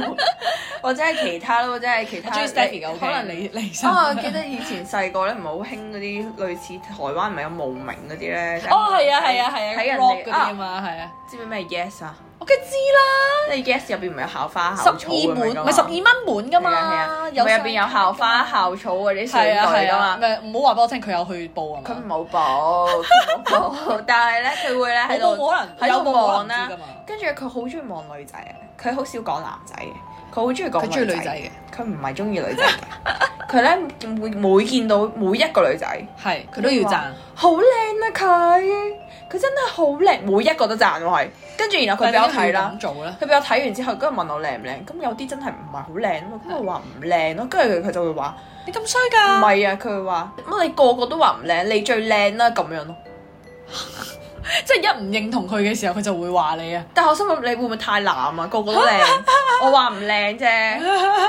[SPEAKER 2] 或者係其他咯，或者係其他。
[SPEAKER 1] 中意 Stephy 嘅，
[SPEAKER 2] 可能你。
[SPEAKER 1] 你你生。
[SPEAKER 2] 啊！我記得以前細個咧，唔係好興嗰啲類似台灣唔係有無名嗰啲咧。
[SPEAKER 1] 哦，係啊，係啊，係啊，
[SPEAKER 2] 睇人
[SPEAKER 1] rock 嗰啲
[SPEAKER 2] 哋
[SPEAKER 1] 啊
[SPEAKER 2] 啊，
[SPEAKER 1] 嘛，係啊，
[SPEAKER 2] 知唔知咩 Yes 啊？
[SPEAKER 1] 我梗係知啦，
[SPEAKER 2] 即係 Yes 入邊唔係有校花、
[SPEAKER 1] 十
[SPEAKER 2] 校草咁
[SPEAKER 1] 二
[SPEAKER 2] 樣
[SPEAKER 1] 本
[SPEAKER 2] 㗎
[SPEAKER 1] 唔
[SPEAKER 2] 嘛
[SPEAKER 1] 係十二蚊本噶
[SPEAKER 2] 係啊
[SPEAKER 1] 嘛，
[SPEAKER 2] 係啊，咪入邊
[SPEAKER 1] 生
[SPEAKER 2] 有校花、校草嗰
[SPEAKER 1] 係
[SPEAKER 2] 啲選
[SPEAKER 1] 啊
[SPEAKER 2] 隊
[SPEAKER 1] 係
[SPEAKER 2] 㗎
[SPEAKER 1] 啊，唔。
[SPEAKER 2] 嘛
[SPEAKER 1] 係唔好話俾我聽佢有去報啊
[SPEAKER 2] 佢
[SPEAKER 1] 嘛，
[SPEAKER 2] 冇報，佢 冇報，但係咧佢會咧喺
[SPEAKER 1] 我
[SPEAKER 2] 度
[SPEAKER 1] 報可能
[SPEAKER 2] 喺
[SPEAKER 1] 有
[SPEAKER 2] 度
[SPEAKER 1] 報可
[SPEAKER 2] 望
[SPEAKER 1] 能唔
[SPEAKER 2] 啦
[SPEAKER 1] 知㗎嘛，
[SPEAKER 2] 跟住佢好中意望女仔啊，佢好少講男仔嘅，佢好中意
[SPEAKER 1] 佢中
[SPEAKER 2] 講
[SPEAKER 1] 意女
[SPEAKER 2] 女
[SPEAKER 1] 仔
[SPEAKER 2] 仔嘅，
[SPEAKER 1] 嘅，
[SPEAKER 2] 佢唔係中意女仔嘅，佢咧每每見到每一個女仔，
[SPEAKER 1] 係佢都要
[SPEAKER 2] 佢
[SPEAKER 1] 賺
[SPEAKER 2] 話，好靚啊佢，佢真係好靚，每一個都讚我係，跟住然後佢俾我
[SPEAKER 1] 但係點解佢
[SPEAKER 2] 睇啦。
[SPEAKER 1] 要咁做咧，
[SPEAKER 2] 佢俾我睇完之後，跟住問我靚唔靚，咁有啲真係唔係好靚啊嘛，咁我話唔靚咯，跟住佢就會話
[SPEAKER 1] 你咁衰
[SPEAKER 2] 唔
[SPEAKER 1] 㗎，
[SPEAKER 2] 係啊，佢會話乜你個個都話唔靚，你最靚啦咁樣咯。
[SPEAKER 1] 即係一唔認同佢嘅時候，佢就會話你啊，
[SPEAKER 2] 但係我心諗你會唔會太濫啊？個個都靚，我話唔靚啫，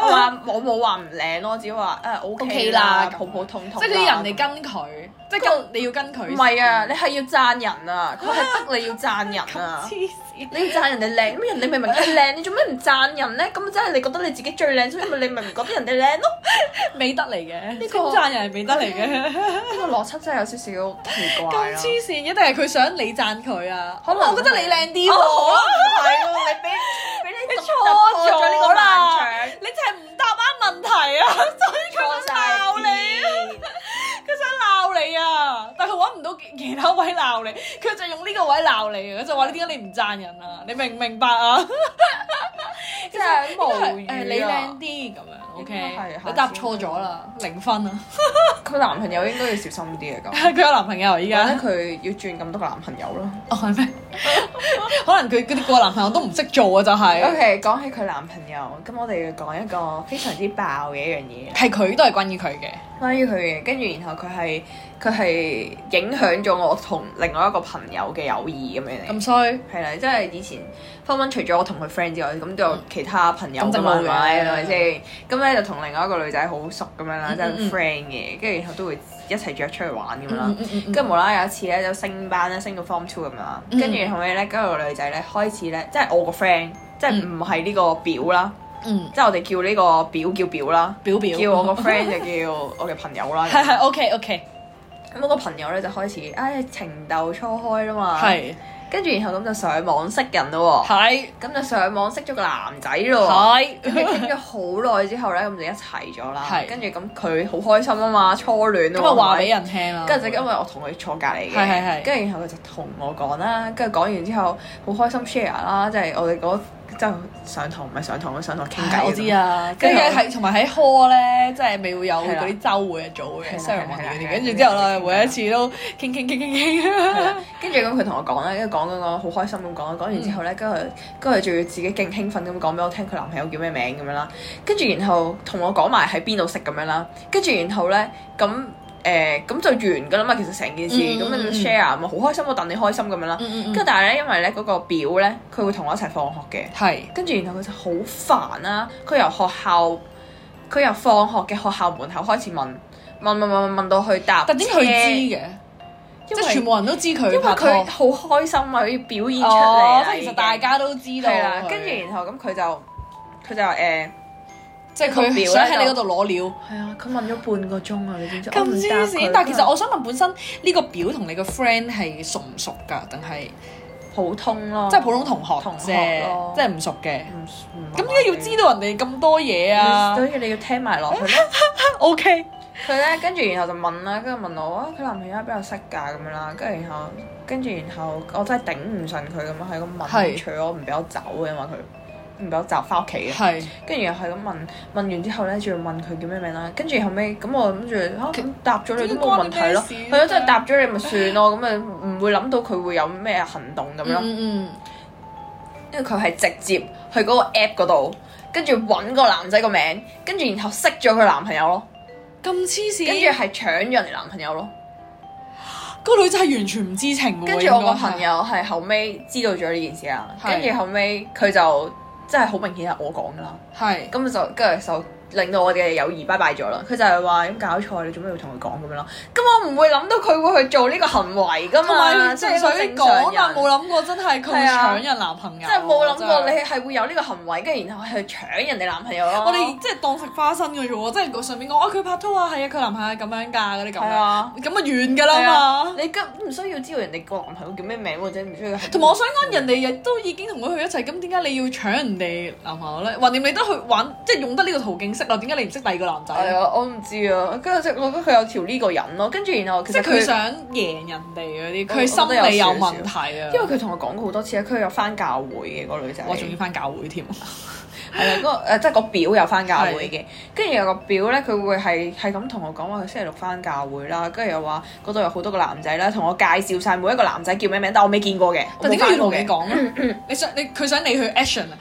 [SPEAKER 2] 我話我冇話唔靚咯，我只話誒 O K
[SPEAKER 1] OK
[SPEAKER 2] 啦
[SPEAKER 1] 啦，
[SPEAKER 2] 普普通通
[SPEAKER 1] 即
[SPEAKER 2] 啦。
[SPEAKER 1] 係佢人哋跟佢，即係跟你要跟佢，
[SPEAKER 2] 啊唔係啊，你係要讚人啊，佢係逼你要讚人啊
[SPEAKER 1] 黐。線。
[SPEAKER 2] 你要讚人哋靚，咁人哋明明係靚，你做咩唔讚人咧？咁即係你覺得你自己最靚，所以咪你咪唔覺得人哋靚咯？
[SPEAKER 1] 美德嚟嘅，呢
[SPEAKER 2] 個
[SPEAKER 1] 稱讚人係美德嚟 嘅，
[SPEAKER 2] 呢個邏輯真係有少少奇怪啊
[SPEAKER 1] 咁
[SPEAKER 2] 啦。
[SPEAKER 1] 黐線，一定係佢想你讚佢啊！
[SPEAKER 2] 可能
[SPEAKER 1] 我覺得你靚啲
[SPEAKER 2] 哦
[SPEAKER 1] 喎，
[SPEAKER 2] 可能唔係喎，你俾俾
[SPEAKER 1] 你
[SPEAKER 2] 你突
[SPEAKER 1] 錯
[SPEAKER 2] 破咗呢個
[SPEAKER 1] 咗啦
[SPEAKER 2] 盲腸，
[SPEAKER 1] 你就係唔答啱問題啊， 所以佢
[SPEAKER 2] 錯
[SPEAKER 1] 想鬧你，啊
[SPEAKER 2] 曬
[SPEAKER 1] 佢想鬧你啊，但佢揾唔到其其他位鬧你，佢就用呢個位鬧你啊，佢就話你點解你唔讚人啊？你明唔明白啊？
[SPEAKER 2] 啲真係無語啊
[SPEAKER 1] 誒呃你靚啲咁樣
[SPEAKER 2] 應該係
[SPEAKER 1] ，OK，
[SPEAKER 2] 下
[SPEAKER 1] 你答
[SPEAKER 2] 次
[SPEAKER 1] 錯咗啦，零分啊！
[SPEAKER 2] 佢男朋友應該要小心啲嘅咁，
[SPEAKER 1] 佢有男朋友啊而
[SPEAKER 2] 而家
[SPEAKER 1] 家
[SPEAKER 2] 咧。佢要轉咁多個男朋友咯。
[SPEAKER 1] 哦，係咩？ 可能佢嗰啲個男朋友都唔識做啊，就係、
[SPEAKER 2] OK，講起佢男朋友，咁我哋要講一個非常之爆嘅一樣嘢，
[SPEAKER 1] 係佢都係關於佢嘅，
[SPEAKER 2] 關於佢嘅。跟住然後佢係佢係影響咗我同另外一個朋友嘅友誼咁樣嚟。
[SPEAKER 1] 咁衰，
[SPEAKER 2] 係啦，即係以前分分除咗我同佢 friend 之外，咁都有其他朋友
[SPEAKER 1] 嗯咁就
[SPEAKER 2] 㗎嘛，
[SPEAKER 1] 冇
[SPEAKER 2] 係
[SPEAKER 1] 嘅
[SPEAKER 2] 咪係咪先？咁咧就同另外一個女仔好熟咁樣啦，
[SPEAKER 1] 嗯
[SPEAKER 2] 即係
[SPEAKER 1] 嗯嗯
[SPEAKER 2] friend 嘅，跟住然後都會一齊約出去玩咁樣啦
[SPEAKER 1] 嗯。嗯嗯
[SPEAKER 2] 跟住無啦啦有一次咧就升班咧升到 form two 咁樣啦，
[SPEAKER 1] 嗯
[SPEAKER 2] 跟住後尾咧嗰個女仔咧開始咧，即係我個 friend，即係唔係呢個表啦，
[SPEAKER 1] 嗯，
[SPEAKER 2] 即係我哋叫呢個表叫表啦，
[SPEAKER 1] 表表
[SPEAKER 2] 叫我個 friend 就叫我嘅朋友啦。
[SPEAKER 1] 係係 OK OK，
[SPEAKER 2] 咁我個朋友咧就開始，唉情竇初開啦嘛，
[SPEAKER 1] 係
[SPEAKER 2] 跟住然後咁就上網識人咯喎，
[SPEAKER 1] 係
[SPEAKER 2] 咁就上網識咗個男仔咯喎。跟住
[SPEAKER 1] 係，
[SPEAKER 2] 傾咗好耐之後咧，咁就一齊咗啦。
[SPEAKER 1] 係
[SPEAKER 2] 跟住咁佢好開心啊嘛，初戀啊嘛。
[SPEAKER 1] 咁啊話
[SPEAKER 2] 係咪
[SPEAKER 1] 俾人聽啦，
[SPEAKER 2] 跟住就因為我同佢坐隔離
[SPEAKER 1] 係係係
[SPEAKER 2] 嘅，跟住然後佢就同我講啦，跟住講完之後好開心 share 啦，即係我哋嗰即係上堂唔係上堂，上堂傾
[SPEAKER 1] 唉
[SPEAKER 2] 偈。
[SPEAKER 1] 我知，啊，
[SPEAKER 2] 跟
[SPEAKER 1] 跟
[SPEAKER 2] 住
[SPEAKER 1] 住係同埋喺 hall 咧，即係咪會有
[SPEAKER 2] 係啦
[SPEAKER 1] 嗰啲周會做嘅
[SPEAKER 2] 係啦
[SPEAKER 1] c e r e m o 嗰
[SPEAKER 2] 係啦
[SPEAKER 1] 啲，
[SPEAKER 2] 係啦
[SPEAKER 1] 跟住之後
[SPEAKER 2] 係啦
[SPEAKER 1] 咧每一次都傾傾傾
[SPEAKER 2] 係
[SPEAKER 1] 傾傾，
[SPEAKER 2] 啦 跟住咁佢同我講啦，跟住講講講好開心咁講，講完之後
[SPEAKER 1] 嗯
[SPEAKER 2] 咧，跟住跟住仲要自己勁興奮咁講俾我聽佢男朋友叫咩名咁樣啦，跟住然後同我講埋喺邊度食咁樣啦，跟住然後咧咁。誒咁、就完㗎啦嘛，其實成件事
[SPEAKER 1] 嗯
[SPEAKER 2] 咁、
[SPEAKER 1] 嗯
[SPEAKER 2] 你
[SPEAKER 1] 嗯
[SPEAKER 2] share 咪好開心，我等你開心咁樣啦。
[SPEAKER 1] 嗯嗯
[SPEAKER 2] 跟住、
[SPEAKER 1] 嗯，
[SPEAKER 2] 但係咧，因為咧嗰、個表咧，佢會同我一齊放學嘅。
[SPEAKER 1] 係
[SPEAKER 2] 跟住然後佢就好煩啦、佢由學校，佢由放學嘅學校門口開始問，問問問問問到去搭車，
[SPEAKER 1] 但點佢知嘅？即係全
[SPEAKER 2] 因為
[SPEAKER 1] 部人都知佢
[SPEAKER 2] 因為
[SPEAKER 1] 拍拖
[SPEAKER 2] 佢好開心啊，要表現出嚟
[SPEAKER 1] 哦
[SPEAKER 2] 啦，
[SPEAKER 1] 即係其實大家都知
[SPEAKER 2] 已
[SPEAKER 1] 道
[SPEAKER 2] 經係啦。
[SPEAKER 1] 佢
[SPEAKER 2] 跟住然後咁佢就佢就誒。呃
[SPEAKER 1] 即係佢想喺你嗰度攞料。
[SPEAKER 2] 係啊，佢問咗半個鐘啊，你知唔知？
[SPEAKER 1] 咁
[SPEAKER 2] 我唔答
[SPEAKER 1] 黐
[SPEAKER 2] 佢
[SPEAKER 1] 線！但係其實我想問，本身呢個表同你個 friend 係熟唔熟㗎？定係
[SPEAKER 2] 普通咯，
[SPEAKER 1] 即係普通同學
[SPEAKER 2] 同
[SPEAKER 1] 啫，
[SPEAKER 2] 學咯
[SPEAKER 1] 即係唔熟嘅。
[SPEAKER 2] 唔唔麻麻
[SPEAKER 1] 咁點解要
[SPEAKER 2] 地
[SPEAKER 1] 知道人哋咁多嘢啊
[SPEAKER 2] 所以你要聽埋落去咯。
[SPEAKER 1] ？O K，
[SPEAKER 2] 佢咧啊跟住然後就問啦，跟住問我啊，佢男朋友喺邊度識㗎咁樣啦，跟住然後跟住然後我真係頂唔順佢咁樣係咁問，
[SPEAKER 1] 係
[SPEAKER 2] 除我唔俾我走啊，因為佢唔俾我走翻屋企嘅，
[SPEAKER 1] 係
[SPEAKER 2] 跟住又係咁問，問完之後咧仲要問佢叫咩名啦，跟住後尾咁我諗住啊咁答咗你都冇問題咯，
[SPEAKER 1] 關你咩
[SPEAKER 2] 係
[SPEAKER 1] 事啊
[SPEAKER 2] 咯，真係答咗你咪算咯，咁咪唔會諗到佢會有咩行動咁
[SPEAKER 1] 嗯
[SPEAKER 2] 咯。
[SPEAKER 1] 嗯
[SPEAKER 2] 因為佢係直接去嗰個 app 嗰度，跟住揾個男仔個名，跟住然後識咗佢男朋友咯，
[SPEAKER 1] 嗯，咁黐線，
[SPEAKER 2] 跟住係搶咗人哋男朋友咯。
[SPEAKER 1] 個女仔係完全唔知情嘅喎。
[SPEAKER 2] 跟住我
[SPEAKER 1] 應
[SPEAKER 2] 個
[SPEAKER 1] 該係
[SPEAKER 2] 朋友係後尾知道咗呢件事啦，
[SPEAKER 1] 係
[SPEAKER 2] 跟住後尾佢就真係好明顯係我講噶啦，
[SPEAKER 1] 係
[SPEAKER 2] 咁就跟住就令到我哋嘅友誼拜拜咗啦。佢就係話咁搞錯，你做咩要同佢講咁樣咯？咁我唔會諗到佢會去做呢個行為噶
[SPEAKER 1] 同
[SPEAKER 2] 嘛，
[SPEAKER 1] 埋
[SPEAKER 2] 啊即
[SPEAKER 1] 純
[SPEAKER 2] 係個
[SPEAKER 1] 粹
[SPEAKER 2] 正
[SPEAKER 1] 講
[SPEAKER 2] 常
[SPEAKER 1] 但
[SPEAKER 2] 人
[SPEAKER 1] 冇。諗過真係佢會
[SPEAKER 2] 係啊
[SPEAKER 1] 搶人男朋友，
[SPEAKER 2] 即係冇諗過
[SPEAKER 1] 真係
[SPEAKER 2] 你係會有呢個行為，跟住然後去搶人哋男朋友咯。
[SPEAKER 1] 我哋即係當食花生嘅啫喎，即係順便講啊，佢拍拖啊，係啊，佢男朋友係咁樣㗎嗰啲咁
[SPEAKER 2] 係
[SPEAKER 1] 樣，
[SPEAKER 2] 啊，
[SPEAKER 1] 咁啊完㗎啦嘛。
[SPEAKER 2] 你今唔需要知道人哋個男朋友叫咩名或者唔需要係邊個。
[SPEAKER 1] 同埋我想講，人哋亦都已經同佢去一齊，咁點解你要搶人哋男朋友咧？橫掂你都去玩，即係用得呢個途徑識啦，點解你唔識第二個男仔
[SPEAKER 2] 係
[SPEAKER 1] 呢？
[SPEAKER 2] 啊，我唔知啊。跟住即係我覺得佢有條呢個人咯，跟住然後其
[SPEAKER 1] 即
[SPEAKER 2] 實
[SPEAKER 1] 係佢想贏人哋嗰啲，佢
[SPEAKER 2] 我覺得有
[SPEAKER 1] 心理有
[SPEAKER 2] 少少
[SPEAKER 1] 問題啊。
[SPEAKER 2] 因為佢同我講過好多次啊咧，佢有翻教會嘅嗰個女仔，
[SPEAKER 1] 我仲要翻教會添，
[SPEAKER 2] 係啦，嗰個誒即係個表有翻教會嘅，跟住有個表咧，佢會係係咁同我講話佢星期六翻教會啦，跟住又話嗰度有好多個男仔啦，同我介紹晒每一個男仔叫咩名，但我未見過嘅，
[SPEAKER 1] 但點解要同
[SPEAKER 2] 我
[SPEAKER 1] 你
[SPEAKER 2] 冇返過嘅？
[SPEAKER 1] 講咧？ 你想你佢想你去 action 啊？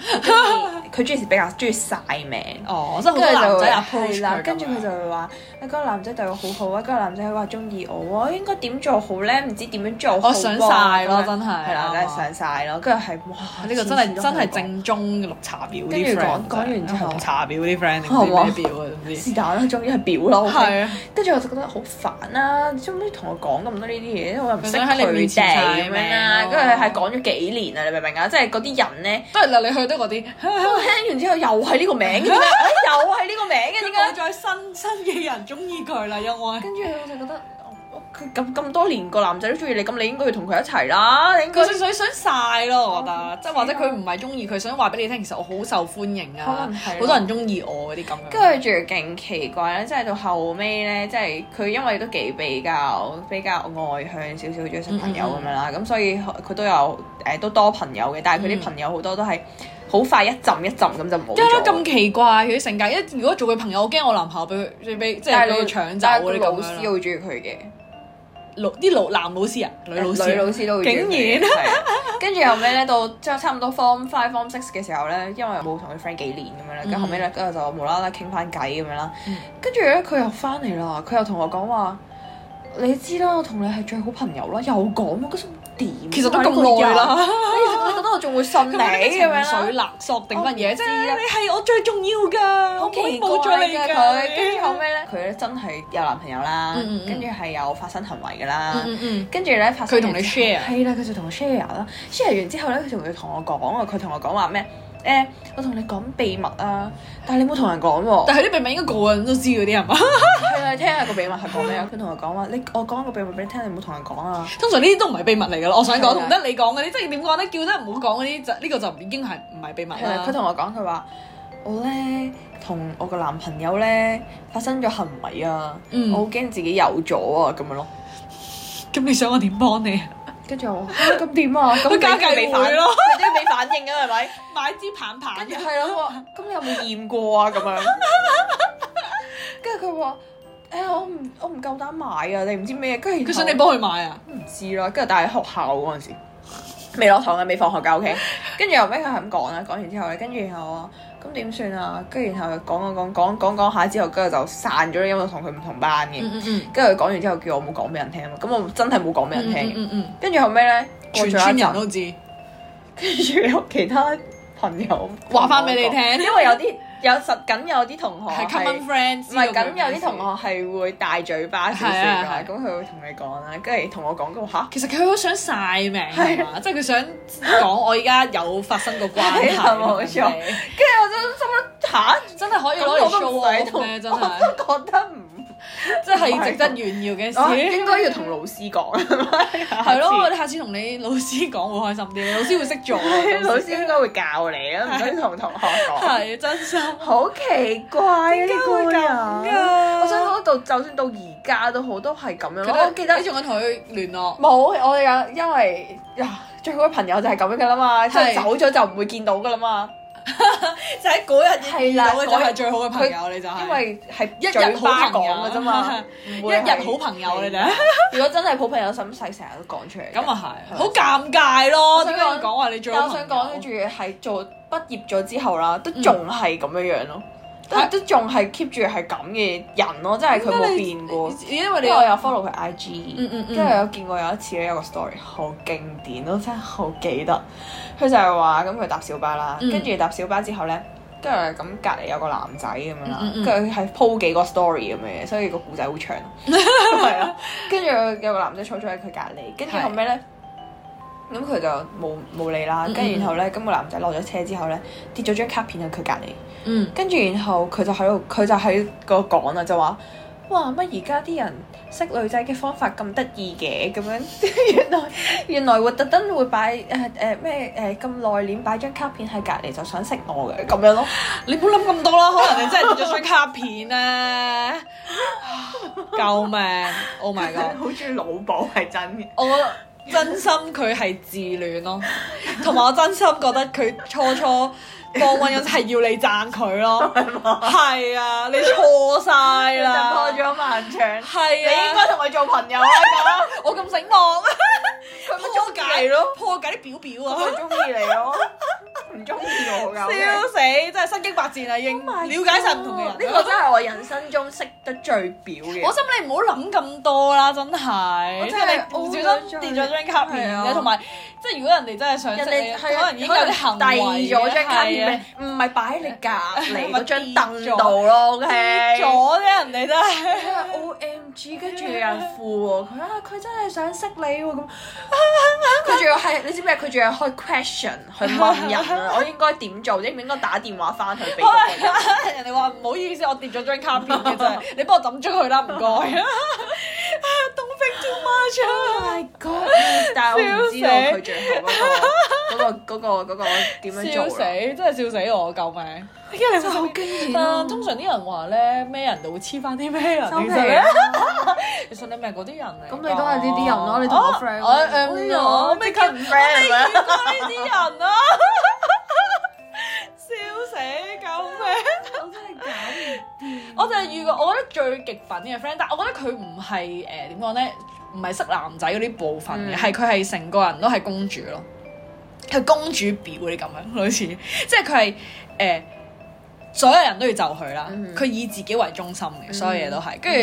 [SPEAKER 2] 佢中意比較中意晒名。
[SPEAKER 1] 哦，即係好
[SPEAKER 2] 跟
[SPEAKER 1] 多
[SPEAKER 2] 住
[SPEAKER 1] 男
[SPEAKER 2] 就
[SPEAKER 1] 仔
[SPEAKER 2] 係
[SPEAKER 1] approach
[SPEAKER 2] 啦
[SPEAKER 1] 佢，啊
[SPEAKER 2] 跟住佢就會話：哎誒嗰個男仔對我好好啊，嗰個男仔佢話中意我啊，應該點做好咧？唔知點樣做好
[SPEAKER 1] 我
[SPEAKER 2] 喎
[SPEAKER 1] 想晒咯，
[SPEAKER 2] 咁樣
[SPEAKER 1] 真係
[SPEAKER 2] 係啦，梗係
[SPEAKER 1] 啱啊
[SPEAKER 2] 想晒咯，跟住係哇！
[SPEAKER 1] 啊呢個真
[SPEAKER 2] 次次
[SPEAKER 1] 係
[SPEAKER 2] 都
[SPEAKER 1] 真係
[SPEAKER 2] 同我講
[SPEAKER 1] 正宗嘅綠茶婊
[SPEAKER 2] 跟住
[SPEAKER 1] 啲 friend，
[SPEAKER 2] 講講完之後
[SPEAKER 1] 紅茶婊啲 friend 定唔
[SPEAKER 2] 係嘛
[SPEAKER 1] 知咩婊啊，總之
[SPEAKER 2] 是但啦，終於係表咯。係，
[SPEAKER 1] 啊，
[SPEAKER 2] 跟住我就覺得好煩啦，你做咩同我講咁多呢啲嘢？我又唔
[SPEAKER 1] 佢
[SPEAKER 2] 識
[SPEAKER 1] 想喺你
[SPEAKER 2] 佢
[SPEAKER 1] 面前晒哦
[SPEAKER 2] 哋咁
[SPEAKER 1] 命
[SPEAKER 2] 樣啦，
[SPEAKER 1] 咯
[SPEAKER 2] 跟住係講咗幾年啊，你明唔明啊？即係嗰啲人咧，
[SPEAKER 1] 都係嚟嚟去都嗰啲，
[SPEAKER 2] 我聽完之後又係呢個名嘅，點解哎又係呢個名嘅，
[SPEAKER 1] 佢
[SPEAKER 2] 點
[SPEAKER 1] 冇
[SPEAKER 2] 解？
[SPEAKER 1] 再新新嘅人中意佢啦，因啊為
[SPEAKER 2] 跟住我就覺得，我佢咁咁多年個男仔都中意你，咁你應該要同佢一齊啦，你應該
[SPEAKER 1] 佢。純哦粹想晒咯，我覺得，即係或者
[SPEAKER 2] 知啊
[SPEAKER 1] 佢唔係中意佢，想話俾你聽，其實我好受歡迎
[SPEAKER 2] 可
[SPEAKER 1] 啊
[SPEAKER 2] 能係，咯
[SPEAKER 1] 好多人中意我嗰啲咁樣。
[SPEAKER 2] 跟住仲勁奇怪咧，即係到後尾咧，即係佢因為都幾比較比較外向少少，中意識朋友
[SPEAKER 1] 嗯
[SPEAKER 2] 咁樣啦，咁、所以佢都有誒、都多朋友嘅，但係佢啲朋友好多都係好快一浸一浸咁就
[SPEAKER 1] 梗
[SPEAKER 2] 冇
[SPEAKER 1] 嗯係啦，咁
[SPEAKER 2] 咗。
[SPEAKER 1] 奇怪佢啲性格，一如果做佢朋友，我驚我男朋友俾佢俾即係
[SPEAKER 2] 但
[SPEAKER 1] 俾
[SPEAKER 2] 係
[SPEAKER 1] 佢搶走嗰啲
[SPEAKER 2] 你老
[SPEAKER 1] 咁
[SPEAKER 2] 師
[SPEAKER 1] 樣啦。
[SPEAKER 2] 會中意佢嘅，
[SPEAKER 1] 老啲老男老師啊，女老師
[SPEAKER 2] 女老
[SPEAKER 1] 啊，
[SPEAKER 2] 師都會中 意佢
[SPEAKER 1] 竟
[SPEAKER 2] 係跟住後尾咧，到即係差唔多 form five、form six 嘅時候咧，因為冇同佢 friend 幾年咁
[SPEAKER 1] 嗯
[SPEAKER 2] 樣咧，跟住後尾咧，跟住就無啦啦傾翻偈咁樣啦。跟住咧，佢又翻嚟啦，佢又同我講話，你知啦，我同你係最好朋友啦，又講喎，嗰陣點？
[SPEAKER 1] 其實都咁耐啦。。
[SPEAKER 2] 你其實你覺得我仲會信你
[SPEAKER 1] 咁樣
[SPEAKER 2] 咁
[SPEAKER 1] 情
[SPEAKER 2] 樣啦
[SPEAKER 1] 緒？勒索定乜嘢？即
[SPEAKER 2] 我唔知
[SPEAKER 1] 係
[SPEAKER 2] 啊
[SPEAKER 1] 你係我最重要㗎，
[SPEAKER 2] 好
[SPEAKER 1] 我唔可
[SPEAKER 2] 奇
[SPEAKER 1] 以
[SPEAKER 2] 怪
[SPEAKER 1] 冇咗你
[SPEAKER 2] 㗎
[SPEAKER 1] 㗎
[SPEAKER 2] 佢，跟住後尾咧，佢咧真係有男朋友啦
[SPEAKER 1] 嗯嗯，嗯
[SPEAKER 2] 跟住係有發生行為㗎啦。
[SPEAKER 1] 嗯嗯
[SPEAKER 2] 跟住咧，發生
[SPEAKER 1] 佢同你
[SPEAKER 2] 完之後
[SPEAKER 1] share
[SPEAKER 2] 係啦，佢就同我 share 啦，share 完之後咧，佢仲要同我講啊，佢同我講話咩？誒、我同你講秘密啊，但係你冇同人講 喎、
[SPEAKER 1] 但係啲秘密應該個個人都知嗰啲係嘛？
[SPEAKER 2] 係啦，你聽下個秘密係講咩啊？佢同我講話，你我講個秘密俾你聽，你唔好同人講啊。
[SPEAKER 1] 通常呢啲都唔係秘密嚟㗎啦。我想講
[SPEAKER 2] 係啊
[SPEAKER 1] 同得你講嗰啲，即係點講咧？叫得唔好講嗰啲就呢個就已經係唔係秘密啊
[SPEAKER 2] 係啦
[SPEAKER 1] 啦。
[SPEAKER 2] 佢同我講，佢話我咧同我個男朋友咧發生咗行為啊，
[SPEAKER 1] 嗯
[SPEAKER 2] 我好驚自己有咗啊咁樣咯。
[SPEAKER 1] 咁你想我點幫你啊？
[SPEAKER 2] 跟 住我嚇咁點啊？咁
[SPEAKER 1] 佢家
[SPEAKER 2] 你都要
[SPEAKER 1] 計
[SPEAKER 2] 俾
[SPEAKER 1] 會
[SPEAKER 2] 反
[SPEAKER 1] 咯
[SPEAKER 2] 你都要俾反應啊，係咪？
[SPEAKER 1] 買支棒 棒啊
[SPEAKER 2] 跟住
[SPEAKER 1] 嘅，
[SPEAKER 2] 係啦，我話咁你有冇驗過啊？咁 樣，跟住佢話誒我唔我唔夠膽買啊，你唔知咩？跟住
[SPEAKER 1] 佢
[SPEAKER 2] 然後
[SPEAKER 1] 想你幫佢買啊？
[SPEAKER 2] 唔知啦，跟住但係喺學校嗰陣時未落堂嘅，啊未放學㗎，OK。跟住後尾佢係咁講啦，講完之後咧，跟住然後我話咁點算啊？跟住然後講講講講講講下之後，跟住就散咗啦，因為我同佢唔同班嘅。
[SPEAKER 1] 嗯嗯
[SPEAKER 2] 跟住佢講完之後，叫我冇講俾人聽啊嘛，咁我真係冇講俾
[SPEAKER 1] 嗯
[SPEAKER 2] 人聽嘅。
[SPEAKER 1] 嗯嗯，
[SPEAKER 2] 跟住後尾咧，過
[SPEAKER 1] 全
[SPEAKER 2] 咗
[SPEAKER 1] 村
[SPEAKER 2] 一
[SPEAKER 1] 人
[SPEAKER 2] 陣，
[SPEAKER 1] 都知，
[SPEAKER 2] 跟住有其他朋友
[SPEAKER 1] 話返俾你聽
[SPEAKER 2] 因為有啲有實緊有啲同學
[SPEAKER 1] 係 common
[SPEAKER 2] 係。
[SPEAKER 1] friend。
[SPEAKER 2] 唔係咁，有啲同學係會大嘴巴少少
[SPEAKER 1] 係啊
[SPEAKER 2] 㗎，
[SPEAKER 1] 係
[SPEAKER 2] 咁佢會同你講啦，跟住同我講過嚇，
[SPEAKER 1] 其實佢好想晒命係嘛，即係佢想講我而家有發生過關係，
[SPEAKER 2] 係啊冇錯跟住我真心諗嚇，
[SPEAKER 1] 真係可以攞嚟 show off 咩？真係
[SPEAKER 2] 我都覺得唔
[SPEAKER 1] 即係值得炫耀嘅
[SPEAKER 2] 我
[SPEAKER 1] 事。
[SPEAKER 2] 哦應該要同老師講，啊係
[SPEAKER 1] 係咯，我哋下次同你老師講會開心啲，你老師會識做啊。
[SPEAKER 2] 老師應該會教你啊，唔使同同學講。
[SPEAKER 1] 係真心。
[SPEAKER 2] 好奇怪啊呢個
[SPEAKER 1] 點解會
[SPEAKER 2] 人，
[SPEAKER 1] 咁㗎
[SPEAKER 2] 我想講到，就算到而家都好，都係咁樣咯。
[SPEAKER 1] 佢
[SPEAKER 2] 我記得
[SPEAKER 1] 你仲有同佢聯絡，
[SPEAKER 2] 冇，我哋有因為呀最好嘅朋友就係咁樣噶啦嘛，即係
[SPEAKER 1] 係
[SPEAKER 2] 走咗就唔會見到噶啦嘛。
[SPEAKER 1] 就喺嗰日
[SPEAKER 2] 係啦
[SPEAKER 1] 嗰日係最好嘅朋友，你就係
[SPEAKER 2] 因為係
[SPEAKER 1] 一日
[SPEAKER 2] 嘴
[SPEAKER 1] 好
[SPEAKER 2] 巴
[SPEAKER 1] 朋友
[SPEAKER 2] 講嘅啫 嘛，
[SPEAKER 1] 一
[SPEAKER 2] 一
[SPEAKER 1] 日好朋友，你哋。
[SPEAKER 2] 如果真係好朋友，使唔使成日都講出嚟？
[SPEAKER 1] 咁啊係，好尷尬咯！
[SPEAKER 2] 我想
[SPEAKER 1] 點解要
[SPEAKER 2] 講
[SPEAKER 1] 講話你最
[SPEAKER 2] 但
[SPEAKER 1] 好
[SPEAKER 2] 我想
[SPEAKER 1] 朋友
[SPEAKER 2] 講，跟住係做畢業咗之後啦，都仲係咁樣樣咯，都
[SPEAKER 1] 係
[SPEAKER 2] 都仲係 keep 住係咁嘅人咯，真係佢
[SPEAKER 1] 啊
[SPEAKER 2] 冇變過。
[SPEAKER 1] 因為
[SPEAKER 2] 因
[SPEAKER 1] 你
[SPEAKER 2] 為
[SPEAKER 1] 有
[SPEAKER 2] 我有 follow 佢
[SPEAKER 1] 嗯
[SPEAKER 2] IG，
[SPEAKER 1] 嗯嗯
[SPEAKER 2] 跟住我有見過有一次咧有個 story 好經典咯，真係好記得。佢就係話咁佢搭小巴啦，
[SPEAKER 1] 嗯
[SPEAKER 2] 跟住搭小巴之後咧。跟住咁隔離有個男仔咁樣啦
[SPEAKER 1] 嗯，嗯嗯
[SPEAKER 2] 跟住佢係鋪幾個 story 咁樣嘅，所以個故仔好 長。係啊，跟住有個男仔坐咗喺佢隔離，跟住
[SPEAKER 1] 係
[SPEAKER 2] 後尾咧，咁佢就冇冇理啦。跟
[SPEAKER 1] 嗯嗯
[SPEAKER 2] 住然後咧，咁個男仔落咗車之後咧，跌咗張卡片喺佢隔離，
[SPEAKER 1] 嗯，
[SPEAKER 2] 跟住然後佢就喺度，佢就喺個講啦，就話。哇！乜而家啲人識女仔嘅方法咁得意嘅咁樣， 原來原來會特登會擺誒誒咩誒咁內斂擺張卡片喺隔離就想識我嘅咁樣咯。
[SPEAKER 1] 你唔好諗咁多啦，可能你真係跌咗張卡片咧，救命！Oh my god！
[SPEAKER 2] 好中意腦補係真嘅。
[SPEAKER 1] 我真心佢係自戀咯，同埋我真心覺得佢初初放温嗰陣係要你讚佢咯，係啊，你錯晒
[SPEAKER 2] 突破
[SPEAKER 1] 啦，
[SPEAKER 2] 咗漫長。
[SPEAKER 1] 係啊，
[SPEAKER 2] 同佢做朋友啊！咁
[SPEAKER 1] 我咁醒目，
[SPEAKER 2] 佢
[SPEAKER 1] 破解咯，破解啲表表啊！
[SPEAKER 2] 佢中意你咯，唔中意我
[SPEAKER 1] 笑
[SPEAKER 2] 噶。
[SPEAKER 1] 死！真係身經百戰啊，已經了解晒唔同嘅人。啊
[SPEAKER 2] 呢個真係我人生中識得最表嘅。
[SPEAKER 1] 我心你唔好諗咁多啦，真係，
[SPEAKER 2] 我
[SPEAKER 1] 即
[SPEAKER 2] 真係
[SPEAKER 1] 係你唔小心跌咗張卡
[SPEAKER 2] 係
[SPEAKER 1] 片
[SPEAKER 2] 啊
[SPEAKER 1] 嘅，同埋即係如果人哋真係想識
[SPEAKER 2] 人
[SPEAKER 1] 你，
[SPEAKER 2] 哋係啊
[SPEAKER 1] 可能已經有啲行為
[SPEAKER 2] 遞咗張卡片
[SPEAKER 1] 係啊
[SPEAKER 2] 俾你，唔係擺喺你隔離
[SPEAKER 1] 咪
[SPEAKER 2] 嗰張凳度咯，OK？
[SPEAKER 1] 跌咗啫，人哋真係。
[SPEAKER 2] 真係 O M G，跟住有人附喎佢啊，佢真係想識你喎咁， 佢仲要係你知唔知？佢仲要開 question 去問 人啊，我應該點做？應唔應該打電話翻去俾嗰個人？Oh
[SPEAKER 1] 人哋話唔好意思，我跌咗張卡片嘅 啫，你幫我抌咗佢啦，唔該。Don't think too much 啊！
[SPEAKER 2] my god！但係我唔知道佢最後嗰個嗰個嗰個嗰個點樣
[SPEAKER 1] 笑
[SPEAKER 2] 做
[SPEAKER 1] 死，
[SPEAKER 2] 啦。
[SPEAKER 1] 真係笑死我，救命！
[SPEAKER 2] 真係好經典
[SPEAKER 1] 啊
[SPEAKER 2] 啊！
[SPEAKER 1] 通常啲人話咧，咩人就會黐翻啲咩 人，其
[SPEAKER 2] 收皮
[SPEAKER 1] 實
[SPEAKER 2] 啊
[SPEAKER 1] 咧，其實你咪係嗰啲人嚟㗎。
[SPEAKER 2] 咁你都係呢啲人咯，你同我 friend，
[SPEAKER 1] 我
[SPEAKER 2] 哎
[SPEAKER 1] 誒嗯我咩
[SPEAKER 2] 咩
[SPEAKER 1] 叫我
[SPEAKER 2] 唔 friend
[SPEAKER 1] 未
[SPEAKER 2] 咁
[SPEAKER 1] 遇過呢啲人 啊！ 笑死，救命！
[SPEAKER 2] 我
[SPEAKER 1] 啊我
[SPEAKER 2] 真係搞
[SPEAKER 1] 就係遇過，我覺得最極品嘅 friend，但我覺得佢唔係誒點講咧，唔係識男仔嗰啲部分嘅，
[SPEAKER 2] 嗯
[SPEAKER 1] 係佢係成個人都係公主咯，係公主婊嗰啲咁樣，類似， 即係佢係誒所有人都要就佢啦
[SPEAKER 2] 嗯，
[SPEAKER 1] 佢、以自己為中心嘅，所有嘢都係，
[SPEAKER 2] 嗯
[SPEAKER 1] 跟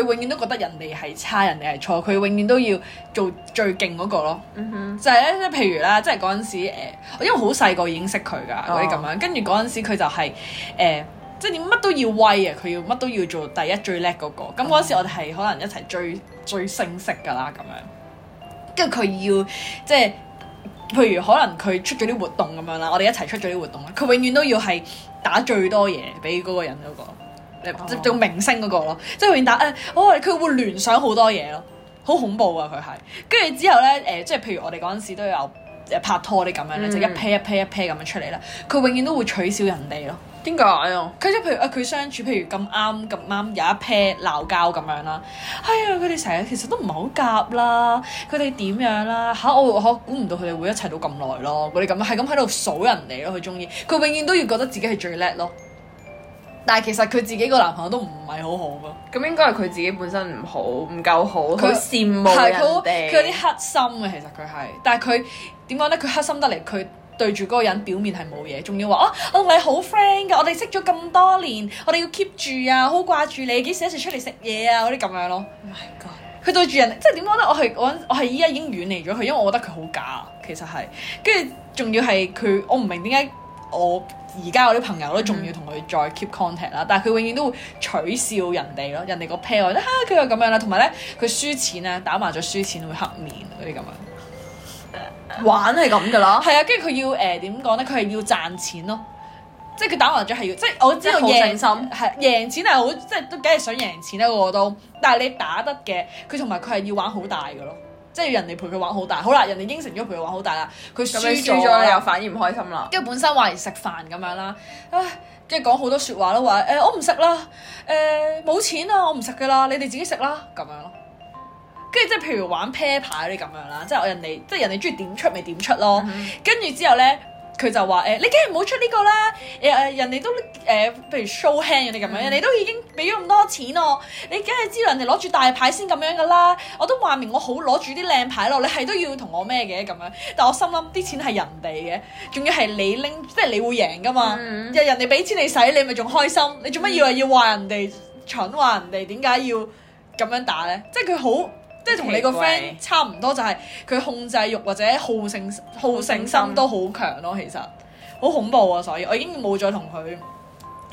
[SPEAKER 1] 住佢永遠都覺得人哋係差，人哋係錯，佢永遠都要做最勁嗰個咯。
[SPEAKER 2] 嗯哼，
[SPEAKER 1] 就係咧，即係譬如啦，即係嗰陣時誒，我因為好細個已經識佢㗎嗰啲咁樣，跟住嗰陣時佢就係、誒。即係點乜都要威啊！佢要乜都要做第一最叻嗰、個。咁嗰陣時我哋係可能一齊追追星識㗎啦咁樣。跟住佢要即係譬如可能佢出咗啲活動咁樣啦，我哋一齊出咗啲活動啦，佢永遠都要係打最多嘢俾嗰個人嗰、個，即係做明星嗰、個咯，即係永遠打誒，哦佢會聯想好多嘢咯，好恐怖啊佢係，跟住之後咧誒、即係譬如我哋嗰陣時都有誒拍拖啲咁樣咧，
[SPEAKER 2] 嗯
[SPEAKER 1] 就一 pair 一 pair 一 pair 咁樣出嚟啦，佢永遠都會取笑人哋咯。
[SPEAKER 2] 點解啊？
[SPEAKER 1] 佢即係譬如啊，佢相處譬如咁啱咁啱有一 pair 鬧交咁樣啦，哎呀佢哋成日其實都唔係好夾啦，佢哋點樣啦吓、我我估唔到佢哋會一齊到咁耐咯，嗰啲咁係咁喺度數人哋咯，佢中意佢永遠都要覺得自己係最叻咯，但係其實佢自己個男朋友都唔係好好噶。
[SPEAKER 2] 咁應該係佢自己本身唔好，唔夠好，
[SPEAKER 1] 佢
[SPEAKER 2] 佢羨慕
[SPEAKER 1] 係
[SPEAKER 2] 人
[SPEAKER 1] 佢好
[SPEAKER 2] 哋。
[SPEAKER 1] 佢有啲黑心嘅，其實佢係，但係佢點講咧？佢黑心得嚟，佢對住嗰個人表面係冇嘢，仲要話啊，我同你好 friend 㗎，我哋識咗咁多年，我哋要 keep 住啊，好掛住你，幾時一齊出嚟食嘢啊嗰啲咁樣咯。
[SPEAKER 2] ，Oh My God
[SPEAKER 1] 佢對住人，即係點講咧？我係我我係依家已經遠離咗佢，因為我覺得佢好假，其實係，跟住仲要係佢，我唔明點解我而家我啲朋友
[SPEAKER 2] 嗯
[SPEAKER 1] 都仲要同佢再 keep contact 啦，但係佢永遠都會取笑人哋咯，人哋個 pair 我覺得啊佢又咁樣啦，同埋咧佢輸錢咧打麻雀輸錢會黑面嗰啲咁樣。啊
[SPEAKER 2] 玩係咁噶啦，
[SPEAKER 1] 係啊，跟住佢要誒點講咧？佢係要賺錢咯。即係佢打麻雀係要，即係我知道
[SPEAKER 2] 即係好
[SPEAKER 1] 贏
[SPEAKER 2] 勝心
[SPEAKER 1] 係贏錢係好，即係都梗係想贏錢啦，個個都。但係你打得嘅，佢同埋佢係要玩好大嘅咯，即係要人哋陪佢玩好大。好啦，人哋應承咗陪佢玩好大啦，佢
[SPEAKER 2] 咁
[SPEAKER 1] 輸
[SPEAKER 2] 你輸
[SPEAKER 1] 咗
[SPEAKER 2] 咗，你
[SPEAKER 1] 啦
[SPEAKER 2] 又反而唔開心啦。
[SPEAKER 1] 跟住本身話嚟食飯咁樣啦，唉，跟住講好多説話啦，話誒、呃我唔食啦，誒、冇錢啊，我唔食噶啦，你哋自己食啦咁樣咯。跟住即係譬如玩啤牌嗰啲咁樣啦，即係我人哋即係人哋中意點出咪點出咯。跟住之後咧，佢就話誒、呃你梗係唔好出呢個啦，誒、誒人哋都誒、呃譬如 show hand 嗰啲咁樣，人哋都已經俾咗咁多錢我，你梗係知道人哋攞住大牌先咁樣噶啦。我都話明我好攞住啲靚牌咯，你係都要同我咩嘅咁樣。但我心諗啲錢係人哋嘅，仲要係你拎，即係你會贏噶嘛。
[SPEAKER 2] 嗯
[SPEAKER 1] 又人哋俾錢你使，你咪仲開心。你做乜以為要話人哋蠢，話人哋點解要咁樣打咧？即係佢好。即係同你個
[SPEAKER 2] 奇怪
[SPEAKER 1] friend 差唔多，就係佢控制欲或者好勝好勝心都好強咯。其實好恐怖啊，所以我已經冇再同佢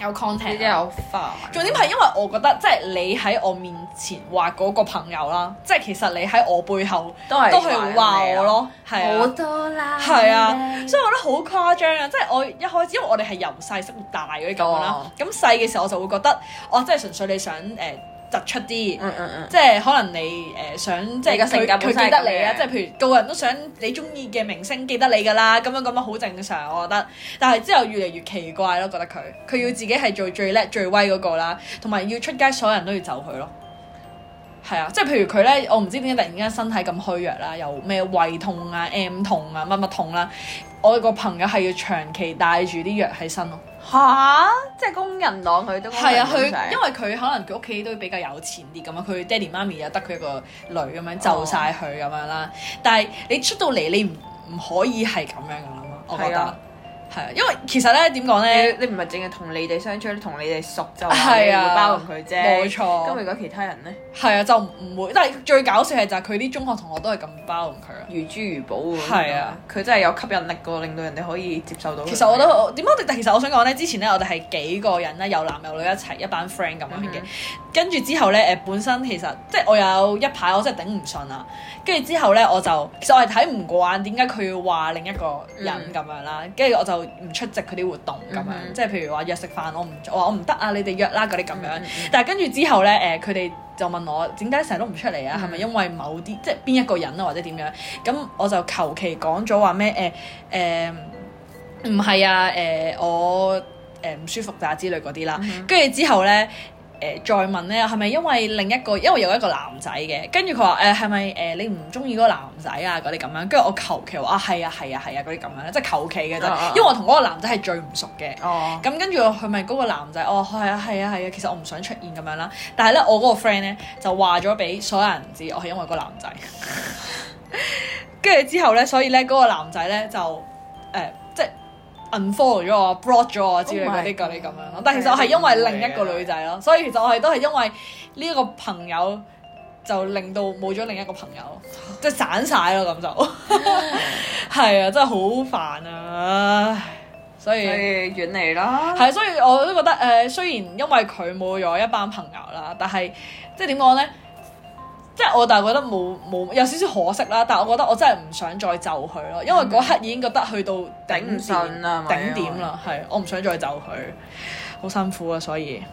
[SPEAKER 1] 有
[SPEAKER 2] 呢
[SPEAKER 1] contact
[SPEAKER 2] 啲
[SPEAKER 1] 啦。
[SPEAKER 2] 有啊煩。
[SPEAKER 1] 重點係因為我覺得即係你喺我面前話嗰個朋友啦，即係其實你喺我背後
[SPEAKER 2] 都係
[SPEAKER 1] 都係話我咯，係
[SPEAKER 2] 好
[SPEAKER 1] 啊。
[SPEAKER 2] 多啦，
[SPEAKER 1] 係啊，所以我覺得好誇張啊！即係我一開始，因為我哋係由細識到大嗰啲咁樣啦
[SPEAKER 2] 哦。
[SPEAKER 1] 咁細嘅時候我就會覺得，我真係純粹你想誒、呃突出啲，
[SPEAKER 2] 嗯嗯嗯，
[SPEAKER 1] 即係可能你誒、呃想即係
[SPEAKER 2] 你嘅性格
[SPEAKER 1] 佢佢
[SPEAKER 2] 本身係
[SPEAKER 1] 記得你啦，
[SPEAKER 2] 咁嘅
[SPEAKER 1] 即係譬如個個人都想你中意嘅明星記得你㗎啦，咁樣咁樣啊好正常，我覺得。但係之後越嚟越奇怪咯，覺得佢佢要自己係做最叻最威嗰個啦，同埋要出街所有人都要就佢咯。係啊，即係譬如佢咧，我唔知點解突然間身體咁虛弱啦，又咩胃痛啊、M 痛啊、乜乜痛啦、我個朋友係要長期帶住啲藥喺身咯。
[SPEAKER 2] 吓，即係工人黨佢都
[SPEAKER 1] 係啊，佢因
[SPEAKER 2] 為
[SPEAKER 1] 為佢可能佢屋企都比較有錢啲咁樣，佢爹哋媽咪又得佢一個女咁樣就晒佢咁樣啦。但係你出到嚟，你唔唔可以係咁樣噶啦嘛，我覺得
[SPEAKER 2] 係啊
[SPEAKER 1] 係啊，因為其實咧點講咧，
[SPEAKER 2] 你你唔係淨係同你哋相處，你同你哋熟就話你
[SPEAKER 1] 係啊
[SPEAKER 2] 會包容佢啫。
[SPEAKER 1] 冇錯
[SPEAKER 2] 咁如果其他人咧，
[SPEAKER 1] 係啊就唔會，但係最搞笑係就係佢啲中學同學都係咁包容佢啊。
[SPEAKER 2] 如珠如寶喎。
[SPEAKER 1] 係啊，
[SPEAKER 2] 佢真係有吸引力個，令到人哋可以接受到啊佢。
[SPEAKER 1] 其實我都我點解我哋，但其實我想講咧，之前咧我哋係幾個人咧，有男有女一齊一班 friend 咁樣嘅，
[SPEAKER 2] 嗯
[SPEAKER 1] 跟住之後咧誒本身其實即係我有一排我真係頂唔順啦，跟住之後咧我就其實我係睇唔過眼點解佢要話另一個人咁樣啦，跟住我就唔出席佢啲活動咁樣，
[SPEAKER 2] 嗯哼
[SPEAKER 1] 即係譬如話約食飯我唔我話我唔得啊，你哋約啦嗰啲咁樣，
[SPEAKER 2] 嗯嗯
[SPEAKER 1] 但係跟住之後咧誒佢哋。就問我點解成日都唔出嚟
[SPEAKER 2] 嗯
[SPEAKER 1] 啊？係咪因為某啲即係邊一個人啊，或者點樣？咁我就求其講咗話咩誒誒。唔係啊，誒、我誒唔、舒服咋之類嗰啲啦，
[SPEAKER 2] 嗯
[SPEAKER 1] 跟住、之後咧。誒、再問咧，係咪因為另一個，因為有一個男仔嘅，跟住佢話誒係咪誒你唔中意嗰個男仔啊嗰啲咁樣，跟住我求其話啊係啊係啊係啊嗰啲咁樣咧，即係求其嘅啫，
[SPEAKER 2] 啊啊
[SPEAKER 1] 因為我同嗰個男仔係最唔熟嘅。
[SPEAKER 2] 哦，
[SPEAKER 1] 咁跟住佢咪嗰個男仔，哦係啊係啊係啊，其實我唔想出現咁樣啦。但係咧，我嗰個 friend 咧就話咗俾所有人知，我係因為嗰個男仔。 跟住之後咧，所以咧嗰個男仔咧就誒、即係 unfollow 咗我、block 咗我之類嗰啲
[SPEAKER 2] Oh
[SPEAKER 1] 嗰
[SPEAKER 2] my
[SPEAKER 1] 啲咁
[SPEAKER 2] God
[SPEAKER 1] 樣咯。但係其實我係因為另一個女仔咯，所以其實我係都係因為呢一個朋友就令到冇咗另一個朋友，即係散晒咯咁就係啊，真係好煩啊！唉所
[SPEAKER 2] 所
[SPEAKER 1] 以。
[SPEAKER 2] 以遠離啦。
[SPEAKER 1] 係，所以我都覺得誒、呃，雖然因為佢冇咗一班朋友啦，但係即係點講咧？即係我但係覺得冇冇有少少可惜啦，但係我覺得我真係唔想再就佢咯，因為嗰刻已經覺得去到頂
[SPEAKER 2] 嗯頂唔順啦係咪
[SPEAKER 1] 頂點啦，係我唔想再就佢，好辛苦啊，所以。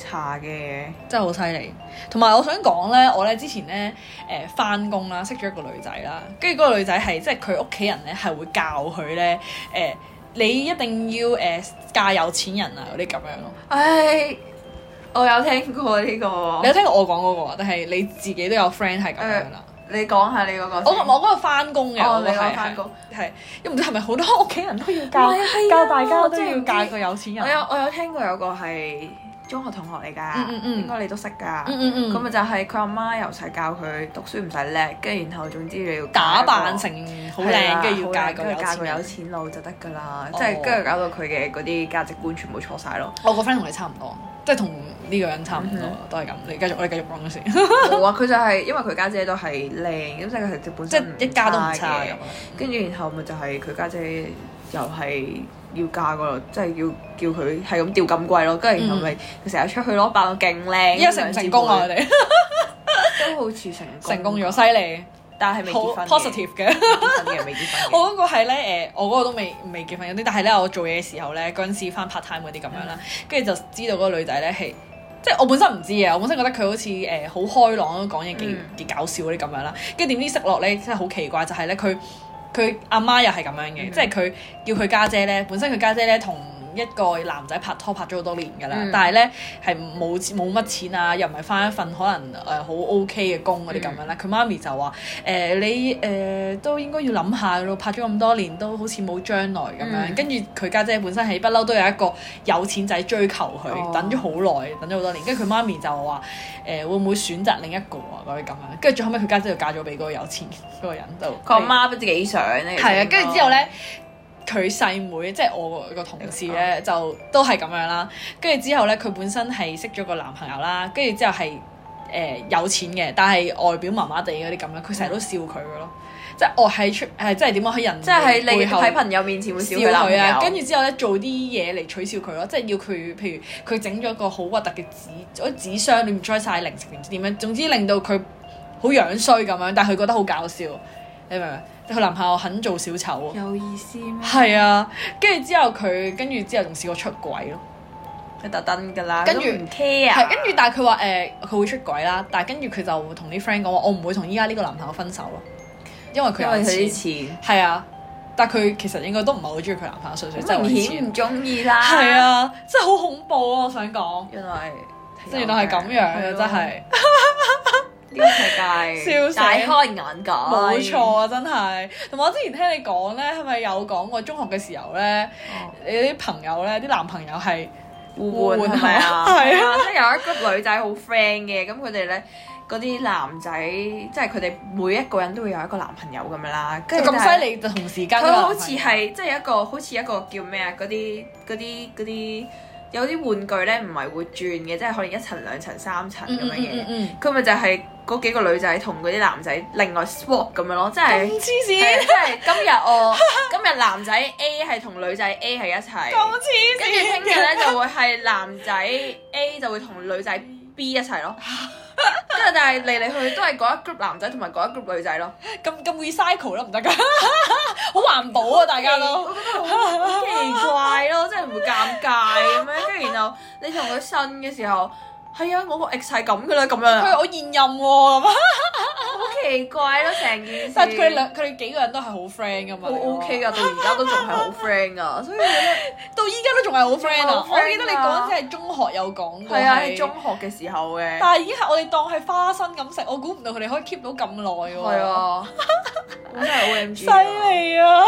[SPEAKER 2] 茶嘅嘢，
[SPEAKER 1] 真係好犀利。同埋我想講咧，我咧之前咧誒翻工啦，識咗一個女仔啦，跟住嗰個女仔係即係佢屋企人咧係會教佢咧誒，你一定要誒、呃嫁有錢人啊嗰啲咁樣咯。
[SPEAKER 2] 唉，我有聽過呢個
[SPEAKER 1] 你有，聽過我講嗰、個，但啊係你自己都有 friend 係咁樣啦。
[SPEAKER 2] 你講下你嗰個
[SPEAKER 1] 我
[SPEAKER 2] 先。
[SPEAKER 1] 我嗰個翻工嘅，我
[SPEAKER 2] 哦
[SPEAKER 1] 嗰個
[SPEAKER 2] 你
[SPEAKER 1] 係
[SPEAKER 2] 嗰個返工
[SPEAKER 1] 係，因唔知係咪好多屋企人都要教
[SPEAKER 2] 唔係啊係啊
[SPEAKER 1] 教大家
[SPEAKER 2] 我
[SPEAKER 1] 都
[SPEAKER 2] 真係啊
[SPEAKER 1] 要
[SPEAKER 2] 唔知
[SPEAKER 1] 嫁個有錢人
[SPEAKER 2] 我。有我有聽過有個係中學同學嚟㗎，
[SPEAKER 1] 嗯嗯嗯
[SPEAKER 2] 應該你都識㗎。
[SPEAKER 1] 嗯嗯嗯
[SPEAKER 2] 咁咪就係佢阿媽由細教佢讀書唔使叻，跟住然後總之你要
[SPEAKER 1] 打
[SPEAKER 2] 嫁一個
[SPEAKER 1] 扮成好
[SPEAKER 2] 係啦
[SPEAKER 1] 靚，跟住要
[SPEAKER 2] 好
[SPEAKER 1] 嫁
[SPEAKER 2] 靚
[SPEAKER 1] 個
[SPEAKER 2] 跟住
[SPEAKER 1] 有
[SPEAKER 2] 嫁
[SPEAKER 1] 錢
[SPEAKER 2] 個有
[SPEAKER 1] 人。
[SPEAKER 2] 錢佬就得㗎啦，
[SPEAKER 1] 哦
[SPEAKER 2] 即係跟住搞到佢嘅嗰啲價值觀全部錯晒 咯。
[SPEAKER 1] 我個 friend 同你差唔多，即係同呢個人差唔
[SPEAKER 2] 嗯
[SPEAKER 1] 多，都係咁。你繼續，我哋繼續講咗先，
[SPEAKER 2] 冇啊，佢就係因為佢家姐都係靚，咁即係佢哋本
[SPEAKER 1] 即
[SPEAKER 2] 身
[SPEAKER 1] 係一家都唔差
[SPEAKER 2] 嘅
[SPEAKER 1] 咁。。
[SPEAKER 2] 跟住然後咪就係佢家姐又係要嫁個，即係要叫佢係咁吊金龜咯。跟住然後咪佢成日出去咯，扮到勁靚。
[SPEAKER 1] 依家成唔成功啊？我
[SPEAKER 2] 咁
[SPEAKER 1] 哋
[SPEAKER 2] 樣之類？都好似成
[SPEAKER 1] 成功咗，
[SPEAKER 2] 咗。
[SPEAKER 1] 犀利！
[SPEAKER 2] 但係未
[SPEAKER 1] 好
[SPEAKER 2] 結婚嘅
[SPEAKER 1] positive 嘅。
[SPEAKER 2] 結婚嘅未 結婚嘅。
[SPEAKER 1] 我嗰個係咧誒，我嗰個都未未結婚嗰啲，但係咧我做嘢嘅時候咧，嗰陣時翻 part time 嗰啲咁樣啦，
[SPEAKER 2] 嗯
[SPEAKER 1] 跟住就知道嗰個女仔咧係。即係我本身唔知嘅，我本身覺得佢好似誒好開朗，講嘢幾
[SPEAKER 2] 嗯
[SPEAKER 1] 幾搞笑嗰啲咁樣啦。跟住點知識落咧，真係好奇怪，就係咧佢佢阿媽又係咁樣嘅，
[SPEAKER 2] 嗯
[SPEAKER 1] 即係佢叫佢家姐咧，本身佢家姐咧同一個男仔拍拖拍咗好多年㗎啦，
[SPEAKER 2] 嗯
[SPEAKER 1] 但係咧係冇冇乜錢啊，又唔係翻一份可能誒好 OK 嘅工
[SPEAKER 2] 嗯
[SPEAKER 1] 嗰啲咁樣啦。佢媽咪就話誒、呃你誒、都應該要諗下咯，拍咗咁多年都好似冇將來咁樣。
[SPEAKER 2] 嗯
[SPEAKER 1] 跟住佢家姐本身係不嬲都有一個有錢仔追求佢，
[SPEAKER 2] 哦
[SPEAKER 1] 等咗好耐，等咗好多年。跟住佢媽咪就話誒、會唔會選擇另一個啊嗰啲咁樣。跟住最後尾佢家姐就嫁咗俾嗰個有錢嗰個人度。
[SPEAKER 2] 佢阿媽都幾想咧。
[SPEAKER 1] 係啊，
[SPEAKER 2] 其實
[SPEAKER 1] 跟住之後，咧，佢細妹即係我個同事
[SPEAKER 2] 哦
[SPEAKER 1] 咧，就都係咁樣啦。跟住之後咧，佢本身係識咗個男朋友啦，跟住之後係誒、呃有錢嘅，但係外表麻麻地嗰啲咁樣，佢成日都笑佢嘅咯。即係我喺出係即係點講啊喺人
[SPEAKER 2] 即係你
[SPEAKER 1] 背後
[SPEAKER 2] 喺朋友面前會笑
[SPEAKER 1] 笑
[SPEAKER 2] 佢男朋
[SPEAKER 1] 佢啊，
[SPEAKER 2] 友
[SPEAKER 1] 跟住之後咧做啲嘢嚟取笑佢咯，即係要佢譬如佢整咗個好核突嘅紙，嗰啲紙箱亂裝晒零食，唔知點樣，總之令到佢好樣衰咁樣，但係佢覺得好搞笑，你明唔明？佢男朋友肯做小 丑喎，
[SPEAKER 2] 有意思咩？
[SPEAKER 1] 係啊，跟住之後佢跟住之後仲試過出軌咯，
[SPEAKER 2] 佢特登㗎啦，
[SPEAKER 1] 跟住
[SPEAKER 2] 都唔 care，
[SPEAKER 1] 係跟住但係佢話誒佢會出軌啦，但係跟住佢就會同啲 friend 講話我唔會同依家呢個男朋友分手咯，因為佢
[SPEAKER 2] 因為
[SPEAKER 1] 有
[SPEAKER 2] 佢
[SPEAKER 1] 錢，
[SPEAKER 2] 啲錢。
[SPEAKER 1] 係啊，但係佢其實應該都唔係好中意佢男朋友，純粹真係為
[SPEAKER 2] 明
[SPEAKER 1] 錢
[SPEAKER 2] 顯唔中意啦，
[SPEAKER 1] 係，啊，真係好恐怖啊！我想講，
[SPEAKER 2] 原來
[SPEAKER 1] 即係原來係咁樣嘅，真係
[SPEAKER 2] 啊呢個世界，
[SPEAKER 1] 笑死
[SPEAKER 2] 大開眼界，
[SPEAKER 1] 冇錯啊！真係。同埋我之前聽你講咧，係咪有講過中學嘅時候咧，
[SPEAKER 2] 哦，
[SPEAKER 1] 你啲朋友咧，啲男朋友係
[SPEAKER 2] 互換
[SPEAKER 1] 互換
[SPEAKER 2] 係咪啊？
[SPEAKER 1] 係啊
[SPEAKER 2] 係啊，即係有一個女仔好 friend 嘅，咁佢哋咧。嗰啲男仔，即係佢哋每一個人都會有一個男朋友咁樣啦，跟住但係
[SPEAKER 1] 咁犀利，就同時間
[SPEAKER 2] 佢好似係即係一個好似一個叫咩啊？嗰啲嗰啲嗰啲有啲玩具咧，唔係會轉嘅，即係可能一層兩層三層
[SPEAKER 1] 嗯
[SPEAKER 2] 咁
[SPEAKER 1] 嗯
[SPEAKER 2] 樣
[SPEAKER 1] 嗯
[SPEAKER 2] 嘅。
[SPEAKER 1] 嗯
[SPEAKER 2] 佢咪就係嗰幾個女仔同嗰啲男仔另外 swap 咁樣咯，即係
[SPEAKER 1] 嗯，咁黐
[SPEAKER 2] 係
[SPEAKER 1] 線，
[SPEAKER 2] 即係今日 我今日男仔 A 係同女仔 A 係一齊，
[SPEAKER 1] 咁
[SPEAKER 2] 跟住聽
[SPEAKER 1] 黐
[SPEAKER 2] 日
[SPEAKER 1] 線嘅，
[SPEAKER 2] 咧就會係男仔 A 就會同女仔 B 一 齊咯。跟住但係嚟嚟去去都係嗰一 group 男仔同埋嗰一 group 女仔咯。
[SPEAKER 1] 咁咁 recycle 都唔得㗎， 好環保啊！大家都
[SPEAKER 2] 我覺得 好奇怪咯，真係唔會尷尬咁樣。跟住然後你同佢呻嘅時候，係啊，我個 ex 係咁噶啦，咁
[SPEAKER 1] 佢
[SPEAKER 2] 樣啊
[SPEAKER 1] 話我現任喎咁啊，
[SPEAKER 2] 好奇怪咯，成件事。
[SPEAKER 1] 但係佢哋兩佢哋幾個人都係好 friend 㗎嘛，
[SPEAKER 2] 好 OK
[SPEAKER 1] 㗎，
[SPEAKER 2] 噶，到而家都仲係好 friend 噶，所以
[SPEAKER 1] 到依家都仲係好 friend 啊！
[SPEAKER 2] 仲係好 friend 啊
[SPEAKER 1] 我記得你嗰陣時係中學有講過
[SPEAKER 2] 係啊，喺中學嘅時候嘅。
[SPEAKER 1] 但係已經係我哋當係花生咁食，我估唔到佢哋可以 keep 到咁耐喎。
[SPEAKER 2] 係，啊，我真係 O M G，
[SPEAKER 1] 犀！利啊！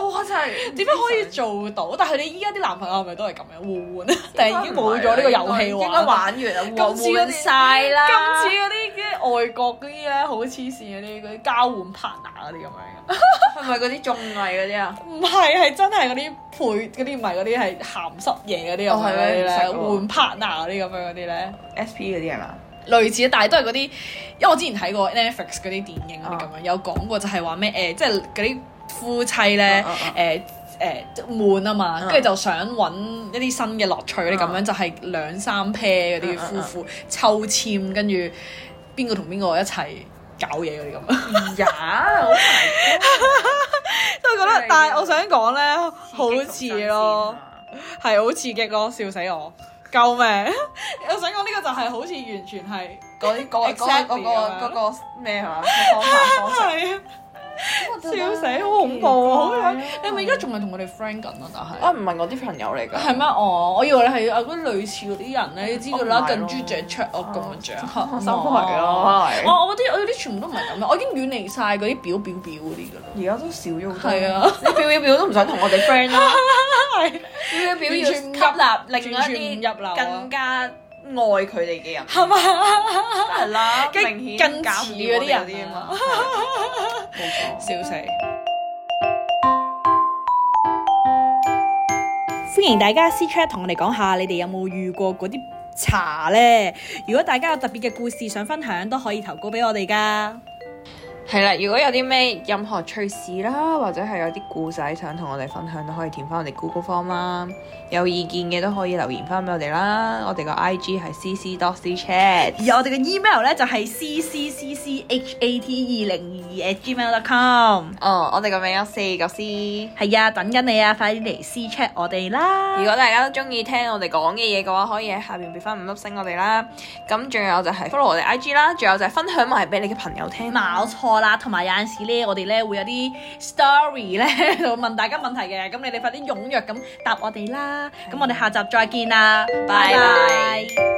[SPEAKER 2] 我真係
[SPEAKER 1] 點解可以做到？但係佢哋依家啲男朋友係咪都係咁樣互換？但係已經冇咗呢個遊戲
[SPEAKER 2] 應
[SPEAKER 1] 玩。
[SPEAKER 2] 該玩完啦，
[SPEAKER 1] 今
[SPEAKER 2] 互
[SPEAKER 1] 次嗰
[SPEAKER 2] 換
[SPEAKER 1] 啲
[SPEAKER 2] 晒啦。
[SPEAKER 1] 今次嗰啲啲外國嗰啲咧，好黐線嗰啲嗰啲交換 partner 嗰啲咁樣嘅。
[SPEAKER 2] 係咪嗰啲綜藝嗰啲啊？
[SPEAKER 1] 唔係，係真係嗰啲配嗰啲，唔係嗰啲係鹹濕嘢嗰啲咁
[SPEAKER 2] 哦
[SPEAKER 1] 樣
[SPEAKER 2] 係
[SPEAKER 1] 嗰啲
[SPEAKER 2] 咩
[SPEAKER 1] 咧，
[SPEAKER 2] 唔
[SPEAKER 1] 換 partner 嗰啲咁樣嗰啲咧。
[SPEAKER 2] S P 嗰啲 係嘛？
[SPEAKER 1] 類似，但係都係嗰啲，因為我之前睇過 Netflix 嗰啲電影
[SPEAKER 2] 啊
[SPEAKER 1] 嗰啲咁樣，有講過就係話咩誒，即係嗰啲夫妻咧
[SPEAKER 2] 啊啊啊
[SPEAKER 1] 誒誒悶啊嘛，
[SPEAKER 2] 啊
[SPEAKER 1] 跟住就想揾一啲新嘅樂趣咧，咁
[SPEAKER 2] 啊
[SPEAKER 1] 樣就係兩三 pair 嗰啲
[SPEAKER 2] 啊啊啊
[SPEAKER 1] 夫婦抽籤，跟住邊個同邊個一齊搞嘢嗰啲咁樣。
[SPEAKER 2] 呀，好煩
[SPEAKER 1] 都覺
[SPEAKER 2] 真係
[SPEAKER 1] 得，但係我想講咧，好
[SPEAKER 2] 刺激
[SPEAKER 1] 似咯
[SPEAKER 2] 同新鮮，啊
[SPEAKER 1] 係好刺激咯，笑死我！救命！ 我想講呢個就係好似完全係
[SPEAKER 2] 嗰啲嗰個
[SPEAKER 1] Exactly
[SPEAKER 2] 嗰個
[SPEAKER 1] 咁樣
[SPEAKER 2] 嗰個咩係嘛？方法方式，
[SPEAKER 1] 係啊。笑死，好恐怖啊！好樣，你係咪而家仲係同我哋 friend 緊啊？
[SPEAKER 2] 啊
[SPEAKER 1] 但係
[SPEAKER 2] 唔係我啲朋友嚟㗎，
[SPEAKER 1] 係咩？我我以為你係啊嗰啲類似嗰啲人咧，你知㗎啦，
[SPEAKER 2] 我唔係
[SPEAKER 1] 近
[SPEAKER 2] 咯
[SPEAKER 1] 朱者赤我咁樣著，
[SPEAKER 2] 我心
[SPEAKER 1] 啊
[SPEAKER 2] 寒咯，係
[SPEAKER 1] 我我嗰啲我嗰啲全部都唔係咁樣，我已經遠離晒嗰啲表表表嗰啲㗎啦。
[SPEAKER 2] 而家都少咗好多。
[SPEAKER 1] 係啊，
[SPEAKER 2] 你表表表都唔想同我哋 friend 啦，
[SPEAKER 1] 係
[SPEAKER 2] 表表表要
[SPEAKER 1] 完
[SPEAKER 2] 吸
[SPEAKER 1] 全唔入
[SPEAKER 2] 納另
[SPEAKER 1] 完全唔
[SPEAKER 2] 一
[SPEAKER 1] 入流
[SPEAKER 2] 啲
[SPEAKER 1] 啊
[SPEAKER 2] 更加愛佢哋嘅人，
[SPEAKER 1] 係嘛？
[SPEAKER 2] 真係啦，
[SPEAKER 1] 更
[SPEAKER 2] 明
[SPEAKER 1] 更
[SPEAKER 2] 顯搞唔
[SPEAKER 1] 似
[SPEAKER 2] 掂
[SPEAKER 1] 嗰
[SPEAKER 2] 我
[SPEAKER 1] 啲
[SPEAKER 2] 哋
[SPEAKER 1] 人
[SPEAKER 2] 嗰啲啊嘛
[SPEAKER 1] 啊，
[SPEAKER 2] 冇錯。
[SPEAKER 1] 笑死！歡迎大家私 chat 同我哋講下，你哋有冇遇過嗰啲茶呢？如果大家有特別嘅故事想分享，都可以投稿俾我哋噶。
[SPEAKER 2] 係啦，如果有啲咩任何趣事啦，或者係有啲故仔想同我哋分享，都可以填翻我哋 Google Form 啦。有意見嘅都可以留言翻俾我哋啦。我哋個 I G 係 C C dot C Chat。
[SPEAKER 1] 而我哋嘅 email 咧就係 c c c c h a t e 二零二 at gmail dot com。
[SPEAKER 2] 哦，我哋個名有四個 C。
[SPEAKER 1] 係啊，等緊你啊，快啲嚟 C check 我哋啦！
[SPEAKER 2] 如果大家都中意聽我哋講嘅嘢嘅話，可以喺下邊俾翻五粒星我哋啦。咁仲有就係 follow 我哋 I G 啦，仲有就係分享埋俾你嘅朋友聽。
[SPEAKER 1] 冇錯啦，同埋有陣時咧，我哋咧會有啲 story 咧， 就問大家問題嘅，咁你哋快啲踴躍咁答我哋啦！咁我哋下集再見啦，
[SPEAKER 2] 拜拜
[SPEAKER 1] 拜拜